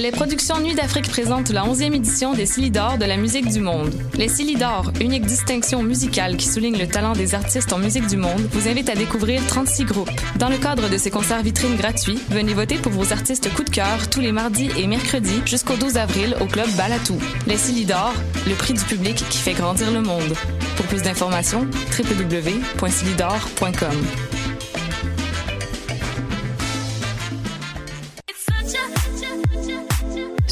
Les productions Nuit d'Afrique présentent la 11e édition des Silidor de la musique du monde. Les Silidor, unique distinction musicale qui souligne le talent des artistes en musique du monde, vous invite à découvrir 36 groupes. Dans le cadre de ces concerts vitrines gratuits, venez voter pour vos artistes coup de cœur tous les mardis et mercredis jusqu'au 12 avril au club Balatou. Les Silidor, le prix du public qui fait grandir le monde. Pour plus d'informations, www.silidor.com. «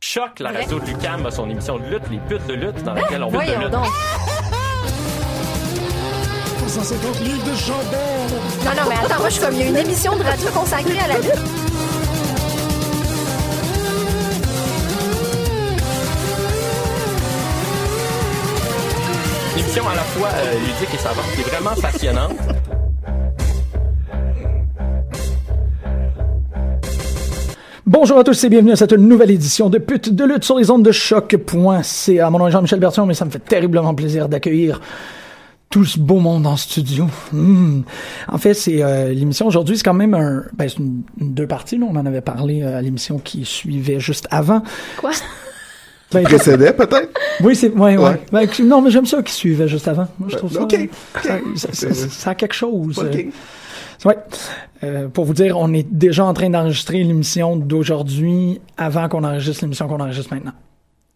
Choc, la radio de Lucam a son émission de lutte, les putes de lutte, dans laquelle on veut de lutte. Non, non, mais attends, moi, je suis comme, il y a une émission de radio consacrée à la lutte. Une émission à la fois euh, ludique et savante, qui est vraiment passionnante. Bonjour à tous et bienvenue à cette nouvelle édition de Pute de lutte sur les ondes de choc.ca. Ah, Mon nom est Jean-Michel Bertion, mais ça me fait terriblement plaisir d'accueillir tout ce beau monde en studio. Hmm. En fait, c'est euh, l'émission aujourd'hui, c'est quand même un, ben, c'est une, une deux parties. là. On en avait parlé euh, à l'émission qui suivait juste avant. Quoi? Ben, Précédait peut-être? oui, c'est ouais, ouais. Ouais. Ben, écoute, non, mais j'aime ça qui suivait juste avant. Moi, je trouve ça, euh, ok, ok. ça, ça- ça- ça a quelque chose. euh, Ok. Ouais. Euh, pour vous dire, on est déjà en train d'enregistrer l'émission d'aujourd'hui avant qu'on enregistre l'émission qu'on enregistre maintenant.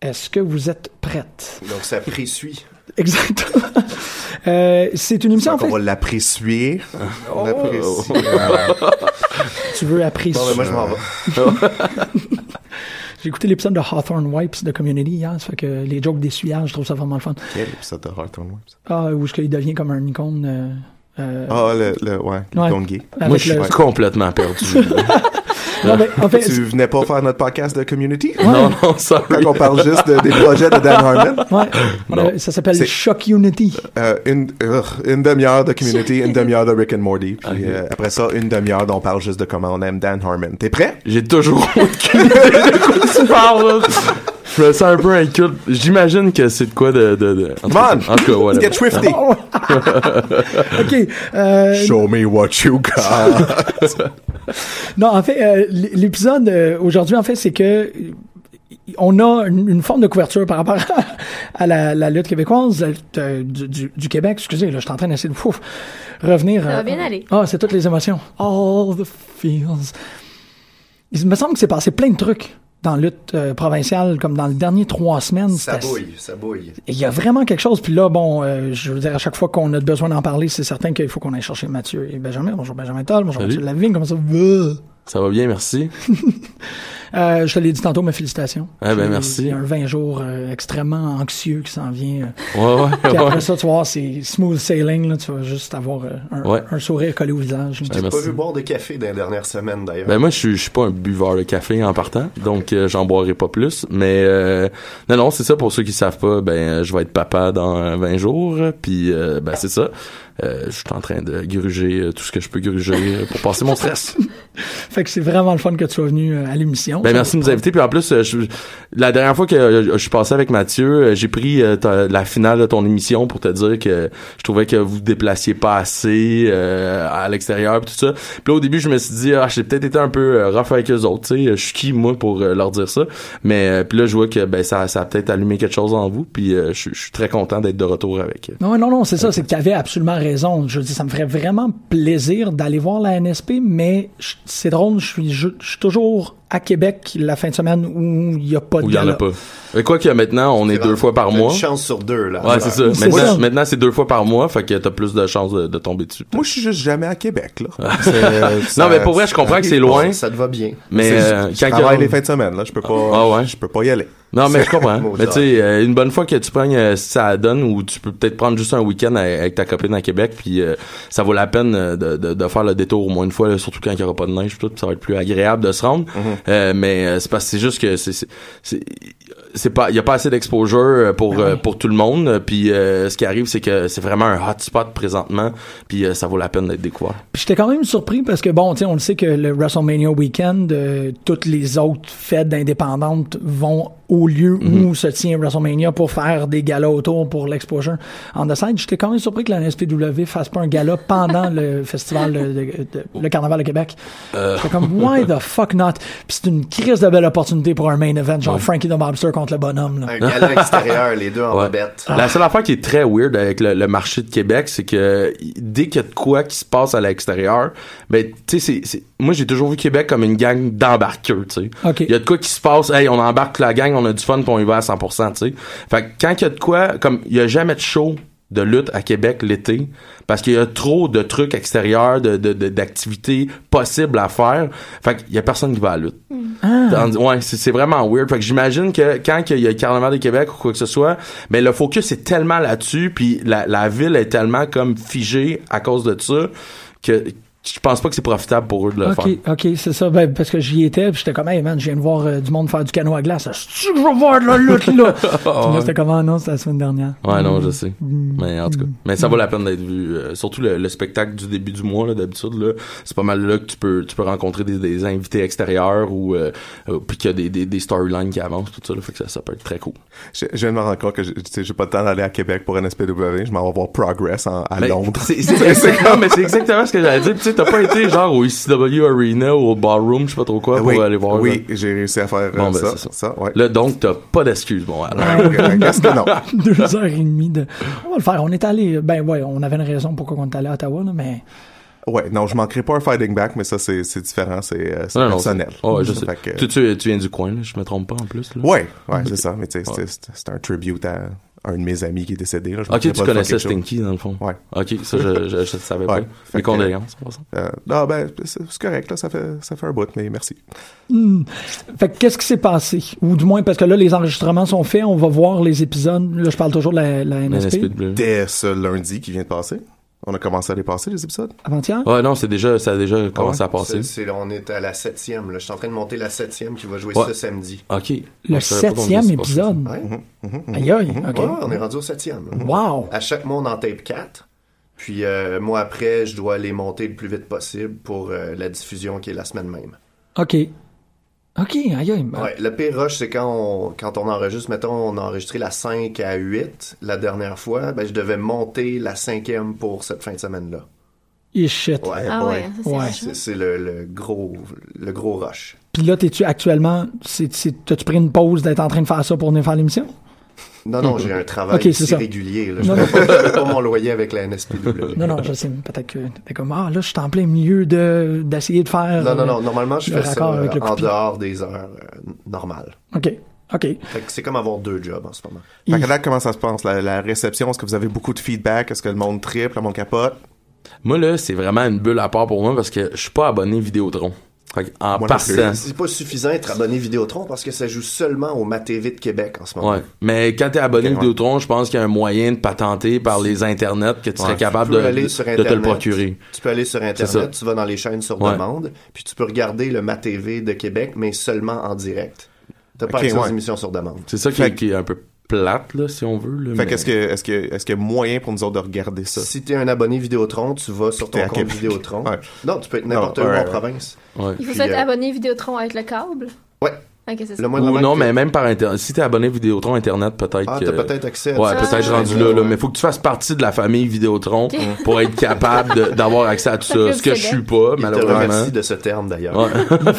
Est-ce que vous êtes prête? Donc ça pressuit. Exactement. Euh, c'est une émission, en Donc fait, on va l'apprécier. On apprécie. tu veux apprécier. Bon, ben, moi je m'en vais. J'ai écouté l'épisode de Hawthorne Wipes de Community hier, ça fait que les jokes d'essuyage, je trouve ça vraiment le fun. Quel épisode de Hearthstone Webs? Ah, où est-ce qu'il devient comme un icône... euh, euh, Ah, le, le, ouais, le Ouais. don gay. avec Moi, je suis le- complètement perdu. Ah. Non, mais en fait, Tu venais pas faire notre podcast de community? non, non, sorry. Quand on parle juste de- des projets de Dan Harmon, ouais, on a- ça s'appelle C'est- Shock Unity. euh, une, euh, une demi-heure de community, une demi-heure de Rick and Morty, puis euh, après ça, une demi-heure dont on parle juste de comment on aime Dan Harmon. T'es prêt? J'ai toujours aucune idée de quoi tu parles. là. Je me sens un peu inculte. J'imagine que c'est de quoi de... de, de... En, tout Come cas, on! en tout cas, voilà. Get swifty! Oh, ouais. OK. euh, Show me what you got! Non, en fait, euh, l- l'épisode euh, aujourd'hui, en fait, c'est que euh, on a une, une forme de couverture par rapport à, à la, la lutte québécoise euh, du, du- du Québec. Excusez, là, je suis en train d'essayer de ouf, revenir. Ça va euh, bien aller. Ah, c'est toutes les émotions. All the feels. Il me semble que c'est passé plein de trucs dans la lutte euh, provinciale, comme dans les dernières trois semaines. C'était- ça bouille. il y a vraiment quelque chose. Puis là, bon, euh, je veux dire, à chaque fois qu'on a besoin d'en parler, c'est certain qu'il faut qu'on aille chercher Mathieu et Benjamin. Bonjour Benjamin Toll, bonjour Salut. Mathieu Lavigne, comment ça va? Ça va bien, merci. Euh, je te l'ai dit tantôt, mais félicitations. Ah, ben, Puis, merci. Il y a un 20 jours euh, extrêmement anxieux qui s'en vient. euh. Ouais, ouais, Puis ouais. après ça, tu vois, c'est smooth sailing. Là, tu vas juste avoir euh, un, Ouais. un sourire collé au visage. là. Ouais, Ben, merci. boire de café dans les dernières semaines d'ailleurs. Ben moi, je suis- je suis pas un buveur de café en partant, donc euh, j'en boirai pas plus. Mais euh, non, non, c'est ça. Pour ceux qui savent pas, ben euh, je vais être papa dans euh, 20 jours, euh, puis euh, ben c'est ça. euh, je suis en train de gruger euh, tout ce que je peux gruger euh, pour passer mon stress. Fait que c'est vraiment le fun que tu sois venu euh, à l'émission. Ben Ça- merci de nous inviter. Puis en plus, euh, je- la dernière fois que euh, je suis passé avec Mathieu, euh, j'ai pris euh, ta- la finale de ton émission pour te dire que je trouvais que vous vous déplaciez pas assez euh, à l'extérieur puis tout ça. Puis là au début, je me suis dit ah j'ai peut-être été un peu euh, rough avec les autres. Tu sais, je suis qui moi pour euh, leur dire ça. Mais euh, puis là, je vois que ben ça, ça a peut-être allumé quelque chose en vous. Puis euh, je je suis très content d'être de retour avec. euh, Non, non, non, c'est ça, c'est que tu avais absolument raison. Je dis, ça me ferait vraiment plaisir d'aller voir la NSP, mais je- c'est drôle, je suis, je, je suis toujours à Québec la fin de semaine où il n'y a pas de Ou il y en a gala. pas. Mais quoi que maintenant, on est, deux fois par T'as mois. Une chance sur deux, là. Ouais, c'est ça. Moi, Maintenant, je- maintenant, c'est deux fois par mois, fait que t'as plus de chances de, de tomber dessus. Moi, je suis juste jamais à Québec, là. Ah, euh, non, mais pour vrai, je comprends que c'est loin. Ça te va bien. Mais, euh, je quand Ah, travaille que- les fins de semaine, là. Je peux pas, je peux pas y aller. Non, mais je comprends. Maudit. mais tu sais, euh, une bonne fois que tu pognes euh, ça donne ou tu peux peut-être prendre juste un week-end avec avec ta copine à Québec, puis euh, ça vaut la peine euh, de, de, de faire le détour au moins une fois, là, surtout quand il n'y aura pas de neige, puis tout, ça va être plus agréable de se rendre. Mm-hmm. Euh, mais euh, c'est parce que c'est juste que c'est- c'est c'est- c'est pas il y a pas assez d'exposure euh, pour Ben euh, pour tout le monde euh, puis euh, ce qui arrive c'est que c'est vraiment un hotspot présentement puis euh, ça vaut la peine d'être découvert Puis j'étais quand même surpris parce que, bon, tu sais, on le sait que le WrestleMania Weekend, euh, toutes les autres fêtes indépendantes vont au lieu Mhm. où se tient WrestleMania pour faire des galas autour pour l'exposure. En the side, j'étais quand même surpris que la NSPW fasse pas un gala pendant le festival, de, de- de- le carnaval de Québec. Euh. J'étais comme, why the fuck not? Puis c'est une crise de belle opportunité pour un main event, genre Ouais. Frankie the Mobster contre le bonhomme. là. Un gala extérieur, les deux en bobette. La seule affaire qui est très weird avec le, le marché de Québec, c'est que dès qu'il y a de quoi qui se passe à l'extérieur, ben tu sais, c'est- c'est- moi j'ai toujours vu Québec comme une gang d'embarqueurs, tu sais. Ok. Il y a de quoi qui se passe, hey, on embarque la gang, on a du fun, puis on y va à 100%, tu sais. Fait que quand il y a de quoi, comme il y a jamais de show de lutte à Québec l'été, parce qu'il y a trop de trucs extérieurs, de, de- de- d'activités possibles à faire. Fait qu'il y a personne qui va à la lutte. Ah. Tandis- ouais, c'est c'est vraiment weird. Fait que j'imagine que quand il y a le carnaval de Québec ou quoi que ce soit, mais le focus est tellement là-dessus, puis la, la ville est tellement comme figée à cause de ça que je pense pas que c'est profitable pour eux de le Ok, faire. ok, c'est ça. Ben, parce que j'y étais, puis j'étais comme, hey man, je viens de voir euh, du monde faire du canot à glace. Est-ce que Je veux voir de la lutte là. Puis là, c'était comme, ah non, c'était la semaine dernière. Ouais, non, je sais. Mm. Mais en tout cas, mais ça vaut la peine d'être vu. euh, surtout le, le spectacle du début du mois, là, d'habitude, là, c'est pas mal là que tu peux, tu peux rencontrer des, des invités extérieurs ou euh, euh, puis qu'il y a des, des, des storylines qui avancent, tout ça, là, fait que ça, ça peut être très cool. Je, je viens de me rendre compte que je- tu sais, j'ai pas le temps d'aller à Québec pour NSPW. Je m'en vais voir Progress en- à Ben, Londres. C'est, c'est- c'est- non, mais c'est exactement ce que j'allais dire. Puis, Tu sais, t'as pas été genre au ECW Arena ou au Ballroom, je sais pas trop quoi, pour Euh, oui, aller voir. oui, là. j'ai réussi à faire euh, Bon, ben, ça. c'est ça. ça, ouais. Là, donc, t'as pas d'excuses, bon, alors. Ouais, qu'est-ce que non? Deux heures et demie de. On va le faire. On est allé. Ben ouais, on avait une raison pourquoi on est allé à Ottawa, là, mais. Ouais, non, je manquerai pas un fighting back, mais ça, c'est c'est différent, c'est euh, c'est Non, non, personnel. c'est- oh, ouais, je sais. Fait que- Tu, tu- tu viens du coin, là, je me trompe pas en plus. là. Ouais, ouais, Ok. c'est ça. Mais tu sais, c'était- c'était- c'était un tribute à un de mes amis qui est décédé. Là. Je Ok, manquerai tu pas de connaissais fucking show. Stinky dans le fond. Ouais. Ok, ça je, je, je savais Ouais. pas. Fait Mes que- condoléances. pour ça. Euh, non, ben, c'est c'est correct, là, ça fait, ça fait un bout, mais merci. Hmm. Fait que qu'est-ce qui s'est passé? Ou du moins, parce que là, les enregistrements sont faits, on va voir les épisodes. Là, je parle toujours de la, la Mhm. NSP. Dès ce lundi qui vient de passer, on a commencé à les passer, les épisodes. Avant-hier? Ouais, non, c'est déjà, ça a déjà commencé à passer. C'est- c'est- on est à la septième. Là. Je suis en train de monter la septième qui va jouer Ouais. ce samedi. Ok. Le Je savais pas qu'on septième disait pas ça. épisode. Aïe, aïe, ok. Ouais, on est rendu au septième. là. Wow! Ah. À chaque mois, on en tape quatre. Puis euh, moi, après, je dois les monter le plus vite possible pour euh, la diffusion qui est la semaine même. Ok. Ok, aïe, aïe. ben, Ouais, le pire rush, c'est quand on, quand on enregistre, mettons, on a enregistré la 5 à 8 la dernière fois, ben, je devais monter la cinquième pour cette fin de semaine-là. Et shit. Ouais, Ah boy. ouais, ça, c'est Ouais. vachement. C'est- C'est le, le gros, le gros rush. Puis là, t'es-tu actuellement. c'est- c'est- T'as-tu pris une pause d'être en train de faire ça pour venir faire l'émission? Non, non, j'ai un travail Ok, c'est ici ça. régulier. Là. Je Non, ne non. paye pas mon loyer avec la Euh, NSPW. Non, non, je sais. Peut-être que t'es comme, ah, là, je suis en plein milieu de, d'essayer de faire. Non, non, non. euh, Normalement, je le fais ça raccord euh, avec le en coupé. dehors des heures euh, normales. OK. OK. Fait que c'est comme avoir deux jobs en ce moment. Fait que là, comment ça se passe, la, la réception? Est-ce que vous avez beaucoup de feedback? Est-ce que le monde triple, le monde capote? Moi, là, c'est vraiment une bulle à part pour moi parce que je suis pas abonné Vidéotron. Fait que Ah, en passant. C'est pas suffisant d'être abonné Vidéotron parce que ça joue seulement au MaTV de Québec en ce moment. Ouais. Mais quand t'es abonné Ok, ouais. Vidéotron, je pense qu'il y a un moyen de patenter par les internets que tu serais Ouais. capable Tu de, peux aller sur de te le Internet. procurer. Tu peux aller sur C'est ça. Internet, tu vas dans les chaînes sur Ouais. demande, puis tu peux regarder le MaTV de Québec, mais seulement en direct. T'as pas Ok, accès aux ouais. émissions sur demande. C'est ça qui, qui est un peu plate, là, si on veut. là, Fait mais- qu'est-ce que, est-ce que, est-ce qu'il y a moyen pour nous autres de regarder ça? Si t'es un abonné Vidéotron, tu vas sur T'es ton à compte Québec. Vidéotron. Ouais. Non, tu peux être n'importe Ah, Non, où Ah, ouais, en ouais. province. Il faut Puis, être euh, abonné Vidéotron avec le câble. Ouais. Ok, c'est ça. Le Ou moindrement non, que- mais même par internet. Si t'es abonné Vidéotron Internet, peut-être. Ah, que- t'as peut-être accès à Ouais, ça. peut-être Ah. rendu là, là. Mais faut que tu fasses partie de la famille Vidéotron Ok. pour être capable de- d'avoir accès à tout ça. Ce que je suis pas, Il te malheureusement. remercie de ce terme d'ailleurs. Ouais.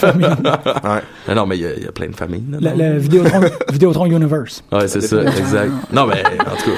Mais non, mais il y, a- il y a plein de familles. là, La, non? la Vidéotron, Vidéotron Universe. Ouais, c'est ça, exact. Non, mais en tout cas.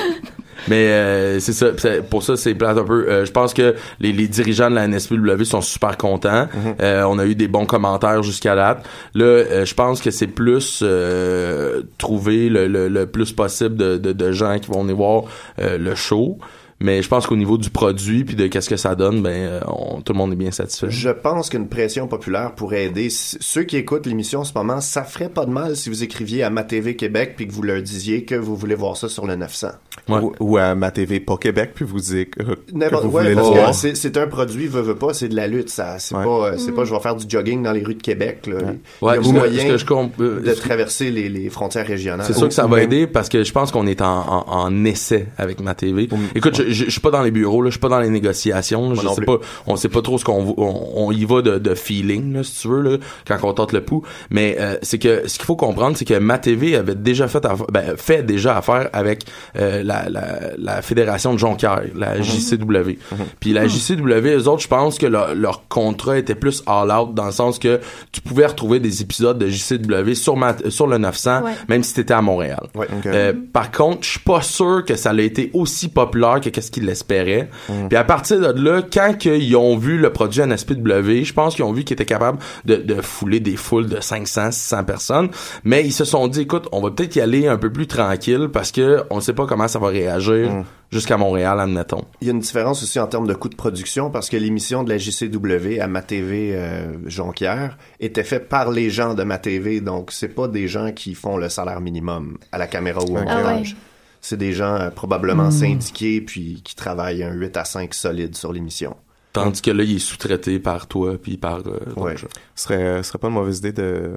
Mais euh, c'est ça, pis c'est- pour ça c'est plate un peu. Euh, je pense que les, les dirigeants de la NSPW sont super contents. Mm-hmm. Euh, on a eu des bons commentaires jusqu'à date. Là, euh, je pense que c'est plus euh, trouver le, le- le plus possible de, de- de gens qui vont venir voir euh, le show. Mais je pense qu'au niveau du produit puis de qu'est-ce que ça donne, ben euh, on- tout le monde est bien satisfait. Je pense qu'une pression populaire pourrait aider. C- Ceux qui écoutent l'émission en ce moment, ça ferait pas de mal si vous écriviez à Ma TV Québec puis que vous leur disiez que vous voulez voir ça sur le 900. Ou, ou à ma TV pas Québec, puis vous dire que, que N'importe- vous ouais, voulez le parce que voir. c'est- c'est un produit, veux, veux pas, c'est de la lutte. Ça, c'est pas, euh, c'est pas, je vais faire du jogging dans les rues de Québec. Là. Il y Ouais, a ce que- moyen ce que je comp- euh, de ce- traverser les, les frontières régionales. C'est sûr que ça va aider parce que je pense qu'on est en, en, en essai avec ma TV. Écoute, je, je, je suis pas dans les bureaux, là, je suis pas dans les négociations. là, Moi je non sais plus. pas, on sait pas trop ce qu'on vou- on, on y va de, de feeling, là, si tu veux, là, quand on tente le pouls. Mais euh, c'est que ce qu'il faut comprendre, c'est que ma TV avait déjà fait affaire- ben, fait déjà affaire avec euh, la, la, la fédération de Jonquière, Mm-hmm. la JCW. Puis la JCW, eux autres, je pense que leur, leur contrat était plus all-out dans le sens que tu pouvais retrouver des épisodes de JCW sur, ma, sur le 900, Ouais. même si t'étais à Montréal. Euh, par contre, je suis pas sûr que ça a été aussi populaire que qu'est-ce qu'ils l'espéraient. Puis à partir de là, quand que ils ont vu le produit NSPW, je pense qu'ils ont vu qu'ils étaient capables de, de fouler des foules de 500, 600 personnes. Mais ils se sont dit, écoute, on va peut-être y aller un peu plus tranquille parce que on sait pas comment ça va réagir jusqu'à Montréal, admettons. Il y a une différence aussi en termes de coût de production parce que l'émission de la JCW à MaTV euh, Jonquière était faite par les gens de MaTV, donc c'est pas des gens qui font le salaire minimum à la caméra ou au Ah montage. ouais. C'est des gens euh, probablement Hmm. syndiqués puis qui travaillent un 8 à 5 solide sur l'émission. Tandis que là, il est sous-traité par toi puis par. euh, d'autres gens. Ce serait, ce serait pas une mauvaise idée de,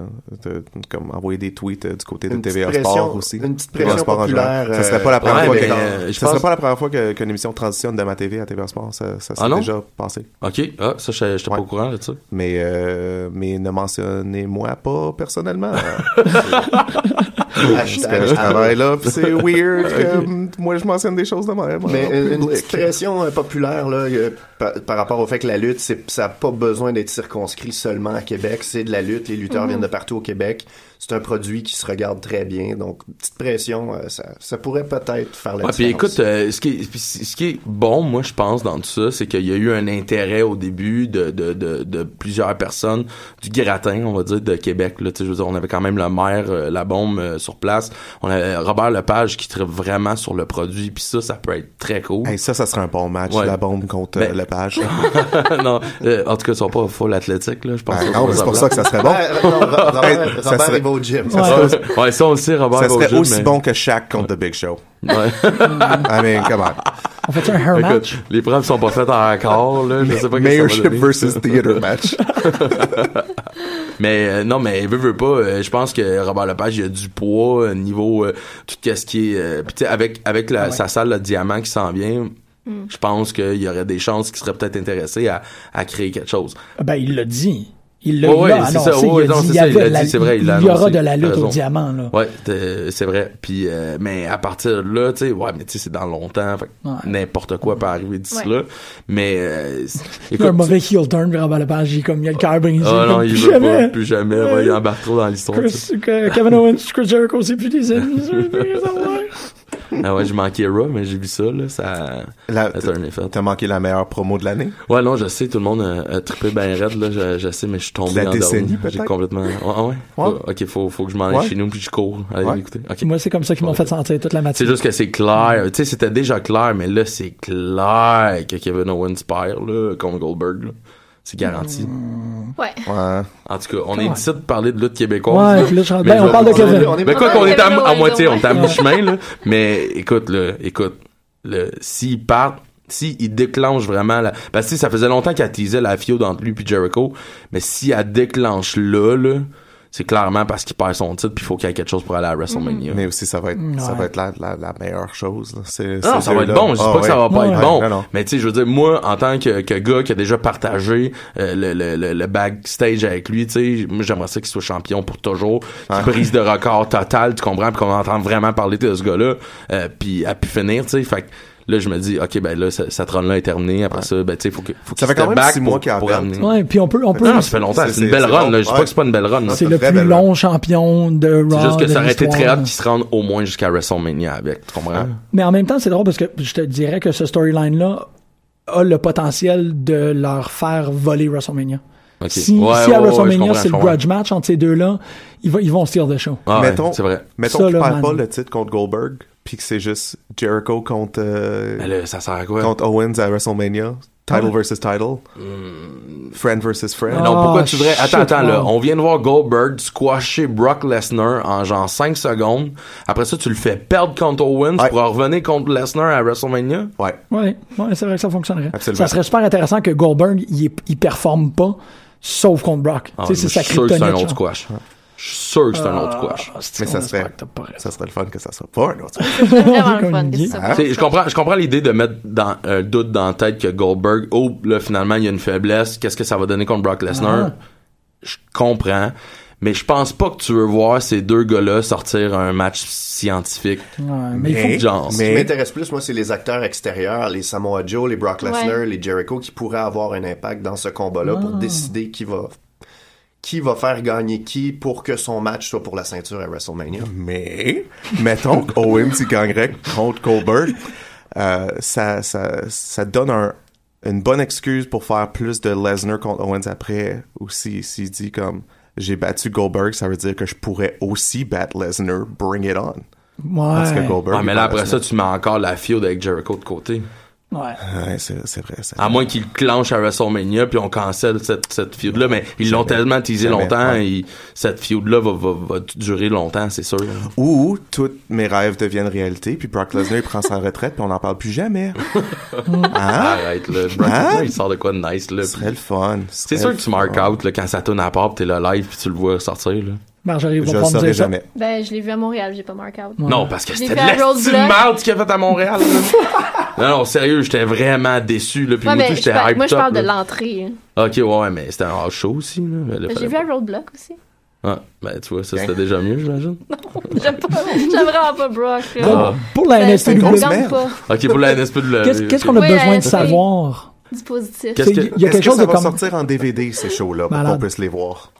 de- comme envoyer des tweets euh, du côté de Une petite TVA pression- Sport aussi. une petite TVA pression Sport en populaire, général. Ça serait pas la euh, première ouais, fois mais, que- euh, je ça serait pense- pas la première fois que- qu'une émission transitionne de ma TV à TVA Sport. Ça, ça s'est Ah non? déjà passé. OK. Ah, ça, je j'étais pas au courant là-dessus. Mais, euh, mais ne mentionnez-moi pas personnellement. Parce que je travaille là, puis c'est weird. que, hum, moi, je mentionne des choses de même. Mais euh, en une, une public. petite pression euh, populaire là, euh, par, par rapport au fait que la lutte, c'est, ça n'a pas besoin d'être circonscrit seulement à Québec. C'est de la lutte. Les lutteurs Mhm. viennent de partout au Québec. C'est un produit qui se regarde très bien. Donc, petite pression, euh, ça, ça pourrait peut-être faire la Ouais, puis différence. écoute, euh, ce, qui est, puis c- ce qui est bon, moi, je pense, dans tout ça, c'est qu'il y a eu un intérêt au début de, de, de, de plusieurs personnes du gratin, on va dire, de Québec. Là, Tu sais, je veux dire, on avait quand même le maire, euh, la bombe euh, sur place. On avait Robert Lepage qui traite vraiment sur le produit. Puis ça, ça peut être très cool. Hey, ça, ça serait un bon match, Ouais. la bombe contre euh, Ben- le page. non, euh, en tout cas, ils sont pas full athlétiques, là. Je pense Ben que non, mais c'est pour ça que ça serait bon. Ouais, non, Ro- Robert- Hey, Robert, ça serait- il va au gym. ça Ouais. serait- Ouais, ça, on le sait, Robert Ça va au serait gym, aussi mais- bon que Shaq contre The Big Show. Ouais. I mean, come on. On fait un hair match? Écoute, les preuves sont pas faites encore, là. Je sais pas qu'est-ce que ça va Mayorship donner. versus theater match. Mais euh, non, mais veut, veut pas. euh, je pense que Robert Lepage, il a du poids euh, niveau euh, tout ce qui est. euh, puis tu sais, avec avec la, Ouais. sa salle de diamant qui s'en vient, Mm. je pense qu'il y aurait des chances qu'il serait peut-être intéressé à, à créer quelque chose. Ben, il l'a dit. Il l'a Ouais, ouais, il l'a c'est annoncé. ça, Il ouais, a non, c'est dit, il y ça, avait il l'a la- dit, c'est vrai, il l'a Il y aura annoncé. de la T'as lutte au raison. diamant, là. Ouais, t'es- c'est vrai. Puis euh, mais à partir de là, tu sais, ouais, mais tu sais, c'est dans longtemps. Fait que Ouais. n'importe quoi peut arriver d'ici Ouais. là. Mais euh, c'est- Il y a un écoute, mauvais heel turn, vers Robert Lepage, il est comme, il y a le cœur brisé. Ah non, comme, il plus veut jamais. Euh, pas, plus jamais. Ouais, il embarque trop dans l'histoire. tu sais. Chris, que- Kevin Owens, Chris Jericho, c'est plus des ennemis. ah ouais, j'ai manqué Raw, mais j'ai vu ça, là. Ça, La- ça a Ah, un effet. T'as manqué la meilleure promo de l'année. Ouais, non, je sais, tout le monde a, a trippé ben raide, là, je, je sais, mais je suis tombé La en décennie, down. J'ai peut-être? complètement... Ouais, Ah ouais? Ouais. Faut- ok, faut, faut que je m'en aille Ouais. chez nous, puis je cours. Allez Ouais. écoutez. Ok. Moi, c'est comme ça qu'ils m'ont fait sentir toute la C'est matinée. juste que c'est clair. Tu sais, c'était déjà clair, mais là, c'est clair que Kevin Owens perd, là, contre Goldberg, là. C'est garanti. Ouais. Ouais. En tout cas, on est Ouais. ici de parler de lutte québécoise. Ouais, là. puis là, je rentre- Mais ben, on je- parle de Kevin. on est- On est Ben, pas quoi dans qu'on le est à, Kevin à Owens, moitié, on est à ouais. mi-chemin, là. Mais écoute, là, écoute, le, s'il part, s'il déclenche vraiment la, ben, parce que tu sais, ça faisait longtemps qu'elle teasait la fio entre lui puis Jericho, mais si elle déclenche là, là, c'est clairement parce qu'il perd son titre puis il faut qu'il y ait quelque chose pour aller à WrestleMania. Mais aussi, ça va être, ça Ouais. va être la, la, la meilleure chose. là. C'est- Non, ces ça va être deux-là. bon. Je dis Ah, pas que ça va ouais. pas être Ouais, bon. non, non. Mais tu sais, je veux dire, moi, en tant que, que gars qui a déjà partagé euh, le, le, le, le backstage avec lui, tu sais, moi, j'aimerais ça qu'il soit champion pour toujours. Qu'il Ah. brise de record total, tu comprends, puis qu'on entend vraiment parler de ce gars-là, euh, puis à pu finir, tu sais. Fait que là, je me dis, OK, ben là, ce- cette run-là est terminée. Après ça, ben tu sais, faut que, faut qu'il Ça fait step quand même back six pour, mois qu'il en pour perd. ramener. Ouais, puis on peut, on peut. Non, non, ça fait longtemps. C'est une belle run, là. Je dis pas que c'est pas une belle run. là. C'est le plus long champion de Raw. C'est juste que de ça aurait été l'histoire, très là. hâte qu'ils se rendent au moins jusqu'à WrestleMania avec, tu comprends? Mais en même temps, c'est drôle parce que je te dirais que ce storyline-là a le potentiel de leur faire voler WrestleMania. Ok. Ouais, Si, si ouais, à ouais, je WrestleMania, comprends, c'est je le comprends. grudge match entre ces deux-là, ils, vont- ils vont se tirer de show. Ah ouais, mettons, c'est vrai. Mettons Ça, qu'il là, perd man. pas le titre contre Goldberg, puis que c'est juste Jericho contre, euh, ça sert à quoi? contre Owens à WrestleMania. Title Ouais. versus title. Friend versus friend. Mais Hmm. non, pourquoi tu Ah, voudrais. Attends, attends, là. man. On vient de voir Goldberg squasher Brock Lesnar en genre 5 secondes. Après ça, tu le fais perdre contre Owens pour en revenir contre Lesnar à WrestleMania. Ouais. Ouais, ouais, c'est vrai que ça fonctionnerait. Absolument. Ça serait super intéressant que Goldberg, il, est- il performe pas, sauf contre Brock. Ah, Tu sais, je c'est sa suis sûr que c'est un kryptonite. autre genre. Ah, squash. Je suis sûr que c'est un autre squash. Mais ça serait, ça serait le fun que ça soit pas un autre. vraiment le fun, qu'est-ce Tu que sais, Je comprends, je comprends l'idée de mettre dans, un doute dans la tête que Goldberg, oh, là, finalement, il y a une faiblesse. Qu'est-ce que ça va donner contre Brock Lesnar? Ah. Je comprends. Mais je pense pas que tu veux voir ces deux gars-là sortir un match scientifique. Ah, mais il faut- Genre, Ce qui m'intéresse plus, moi, c'est les acteurs extérieurs, les Samoa Joe, les Brock Lesnar, Ouais. les Jericho, qui pourraient avoir un impact dans ce combat-là pour Ah. décider qui va qui va faire gagner qui pour que son match soit pour la ceinture à WrestleMania. Ah. Mais, mettons qu'Owens il gagnerait contre Goldberg, euh, ça, ça, ça donne un- une bonne excuse pour faire plus de Lesnar contre Owens après. Ou si- s'il dit comme j'ai battu Goldberg, ça veut dire que je pourrais aussi battre Lesnar, bring it on. Parce que Goldberg. Ouais, il mais là, bat après ça, Lesnar. tu mets encore la field avec Jericho de côté. Ouais. Ouais, c'est c'est vrai. c'est- À moins qu'il clenche à WrestleMania, puis on cancelle cette, cette feud-là. Mais ils l'ont tellement teasé Jamais, longtemps, ouais. et cette feud-là va, va, va durer longtemps, c'est sûr. Ou tous mes rêves deviennent réalité, puis Brock Lesnar il prend sa retraite, puis on n'en parle plus jamais. Arrête, là. Brock Hein? Lesnar, il sort de quoi de nice, là. Ce serait le fun. C'est sûr que tu marques out, là, quand ça tourne à part, pis t'es là live, puis tu le vois sortir, là. Marjorie va Je pas me saurais dire ça. jamais. Ben, je l'ai vu à Montréal, j'ai pas marqué out. Non, parce que Je c'était l'ai de vu à l'estime Roadblock. marde qu'il a fait à Montréal, Non, non, sérieux, j'étais vraiment déçu, là. Puis moi, Ouais, ben, tout, je j'étais parle- hyped moi, je up, parle de là. Ah, l'entrée. hein. Ok, ouais, mais c'était un hors show aussi, là. J'ai vu à Roadblock aussi. Ah, ben, tu vois, Hein? ça, c'était déjà mieux, j'imagine. J'aime pas- j'aime vraiment pas Brock. là. Ben, Ah. Pour la Ça- ça NSPW. me gagne pas. Ok, pour la NSP de la. Qu'est-ce qu'est-ce qu'on a Oui, besoin de c'est- savoir? Du positif. Qu'est-ce que- Il y a Est-ce quelque que chose ça de va comme- sortir en DVD, ces shows-là, pour Malade. qu'on puisse les voir?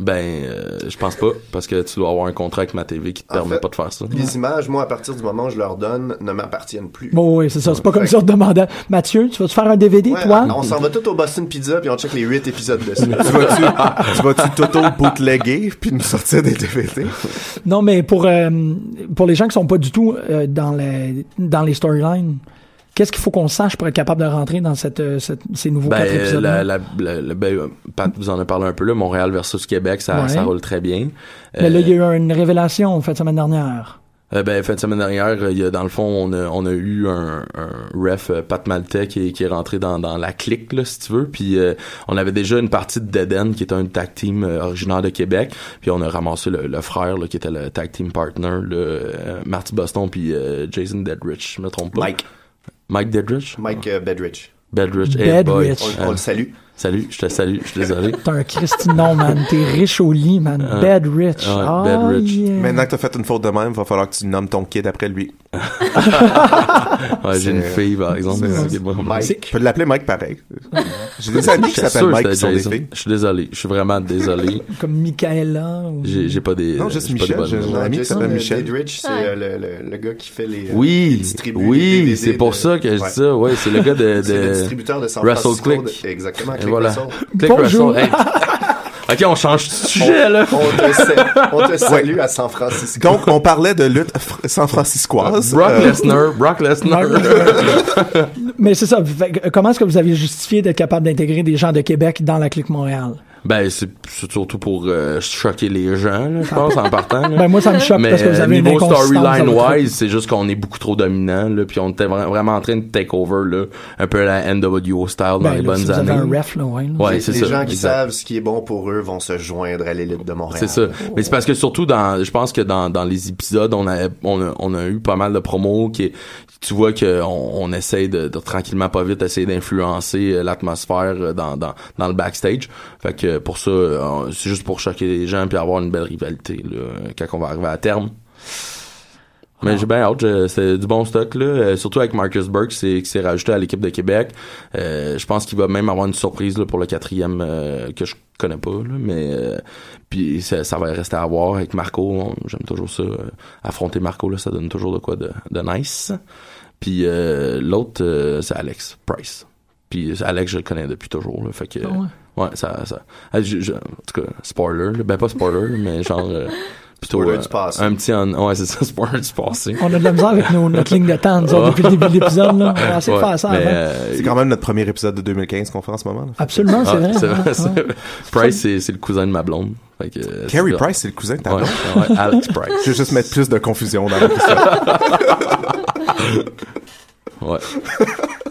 Ben, euh, je pense pas, parce que tu dois avoir un contrat avec ma TV qui te permet pas de faire ça. Les images, moi, à partir du moment où je leur donne, ne m'appartiennent plus. Bon, oui, c'est ça. C'est pas comme si on te demandait Mathieu, tu vas te faire un DVD, Ouais, toi? on s'en va tout au Boston Pizza puis on check les 8 épisodes de ça. tu vas-tu tu vas-tu t'auto-bootlegger puis nous sortir des DVD? Non, mais pour, euh, pour les gens qui sont pas du tout euh, dans, les, dans les storylines, qu'est-ce qu'il faut qu'on sache pour être capable de rentrer dans cette, euh, cette- ces nouveaux Ben, quatre épisodes? la, la, la- la- ben, euh, Pat vous en a parlé un peu, là. Montréal versus Québec, ça, Ouais. ça roule très bien. Mais Euh, là, il y a eu une révélation en fait semaine dernière. Euh, ben, fin de semaine dernière, euh, il y a, dans le fond, on a, on a eu un, un ref euh, Pat Maltais qui, est- qui est rentré dans, dans la clique, là, si tu veux. Puis euh, on avait déjà une partie de Dead End, qui est un tag team euh, originaire de Québec. Puis on a ramassé le, le frère, là, qui était le tag team partner, le Marty Boston puis euh, Jason Deadrich, je me trompe pas. Mike. Mike Deadrich? Mike euh, Bedridge. Bedrich. Hey, boy. Bedrich. On- on le salue. Salut, je te salue, je suis désolé. T'as un Christy, non, man. T'es riche au lit, man. Ah. Bad rich. Ah ouais, Ah, bad rich. yeah. Maintenant que t'as fait une faute de même, va falloir que tu nommes ton kid après lui. Ouais, j'ai une fille, par exemple. c'est- C'est- Mike. Tu peux l'appeler Mike pareil. J'ai des amis qui J'étais sûr s'appellent que Mike qui c'était sont des Jason. filles. Je suis désolé, je suis vraiment désolé. Comme Michaela. ou- J'ai j'ai pas des. Non, euh, juste j'ai pas Michel, des bonnes j'ai un notes. ami qui euh, s'appelle Michel. Bedridge, c'est Ouais. euh, le, le- le gars qui fait les. euh, qui Oui, distribue les oui, DVD c'est pour de- ça que je Ouais. dis ça. Ouais, c'est le gars de, C'est le de distributeur de San Russell Francisco Click. de- exactement, Et Click voilà. Russell. Click Bonjour. Russell. hey. Ok, on change de sujet là. On te, sa- on te salue à San Francisco. Donc, on parlait de lutte fr- san franciscoise. Ah, Brock Euh, Lesnar, Brock Lesnar. Mais c'est ça. Fait que, euh, Comment est-ce que vous aviez justifié d'être capable d'intégrer des gens de Québec dans la clique Montréal? Ben, c'est c'est surtout pour euh, choquer les gens, là, je pense, en partant. là. Ben, moi, ça me choque Mais, parce que vous euh, avez une niveau inconsistance dans votre storyline-wise, c'est juste qu'on est beaucoup trop dominant, là, puis on était vra- vraiment en train de take over, là, un peu la NWO style dans Ben, les là, bonnes si vous avez années. un ref, là, ouais, là. Ouais, les c'est les ça. gens qui exact. savent ce qui est bon pour eux vont se joindre à l'élite de Montréal. C'est ça. Mais c'est parce que surtout dans, je pense que dans, dans les épisodes, on a, on a, on a eu pas mal de promos qui, tu vois que on, on essaye de, de tranquillement pas vite essayer d'influencer euh, l'atmosphère euh, dans, dans, dans le backstage. Fait que pour ça, euh, on- c'est juste pour choquer les gens puis avoir une belle rivalité là, euh, quand on va arriver à terme. Mais j'ai bien hâte, je- c'est du bon stock là, euh, surtout avec Marcus Burke c'est- qui s'est rajouté à l'équipe de Québec. Euh, je pense qu'il va même avoir une surprise là, pour le quatrième euh, que je connais pas, là, mais euh, puis ça, ça va rester à voir avec Marco. on- J'aime toujours ça, euh, affronter Marco là, ça donne toujours de quoi de, de nice. Puis euh, l'autre euh, c'est Alex Price. Puis euh, Alex je le connais depuis toujours, là, fait que Ah ouais. ouais, ça, ça ah, je- je- en tout cas spoiler, là, ben pas spoiler, mais genre euh, plutôt Spoiler euh, du passé. un petit en- ouais c'est ça spoiler du passé. On a de la misère avec nos- notre ligne de temps, nous autres, depuis le début de l'épisode. là. On a essayé de faire ça avant. euh, c'est quand même notre premier épisode de 2015 qu'on fait en ce moment. là. Absolument, c'est Ah, vrai. c'est hein, vrai, c'est ouais. vrai. Price, c'est, c'est le cousin de ma blonde. Fait que, euh, Carey c'est- Price, c'est le cousin de ta Ouais, blonde? ouais, Alex Price. Je vais juste mettre plus de confusion dans l'épisode. Ouais,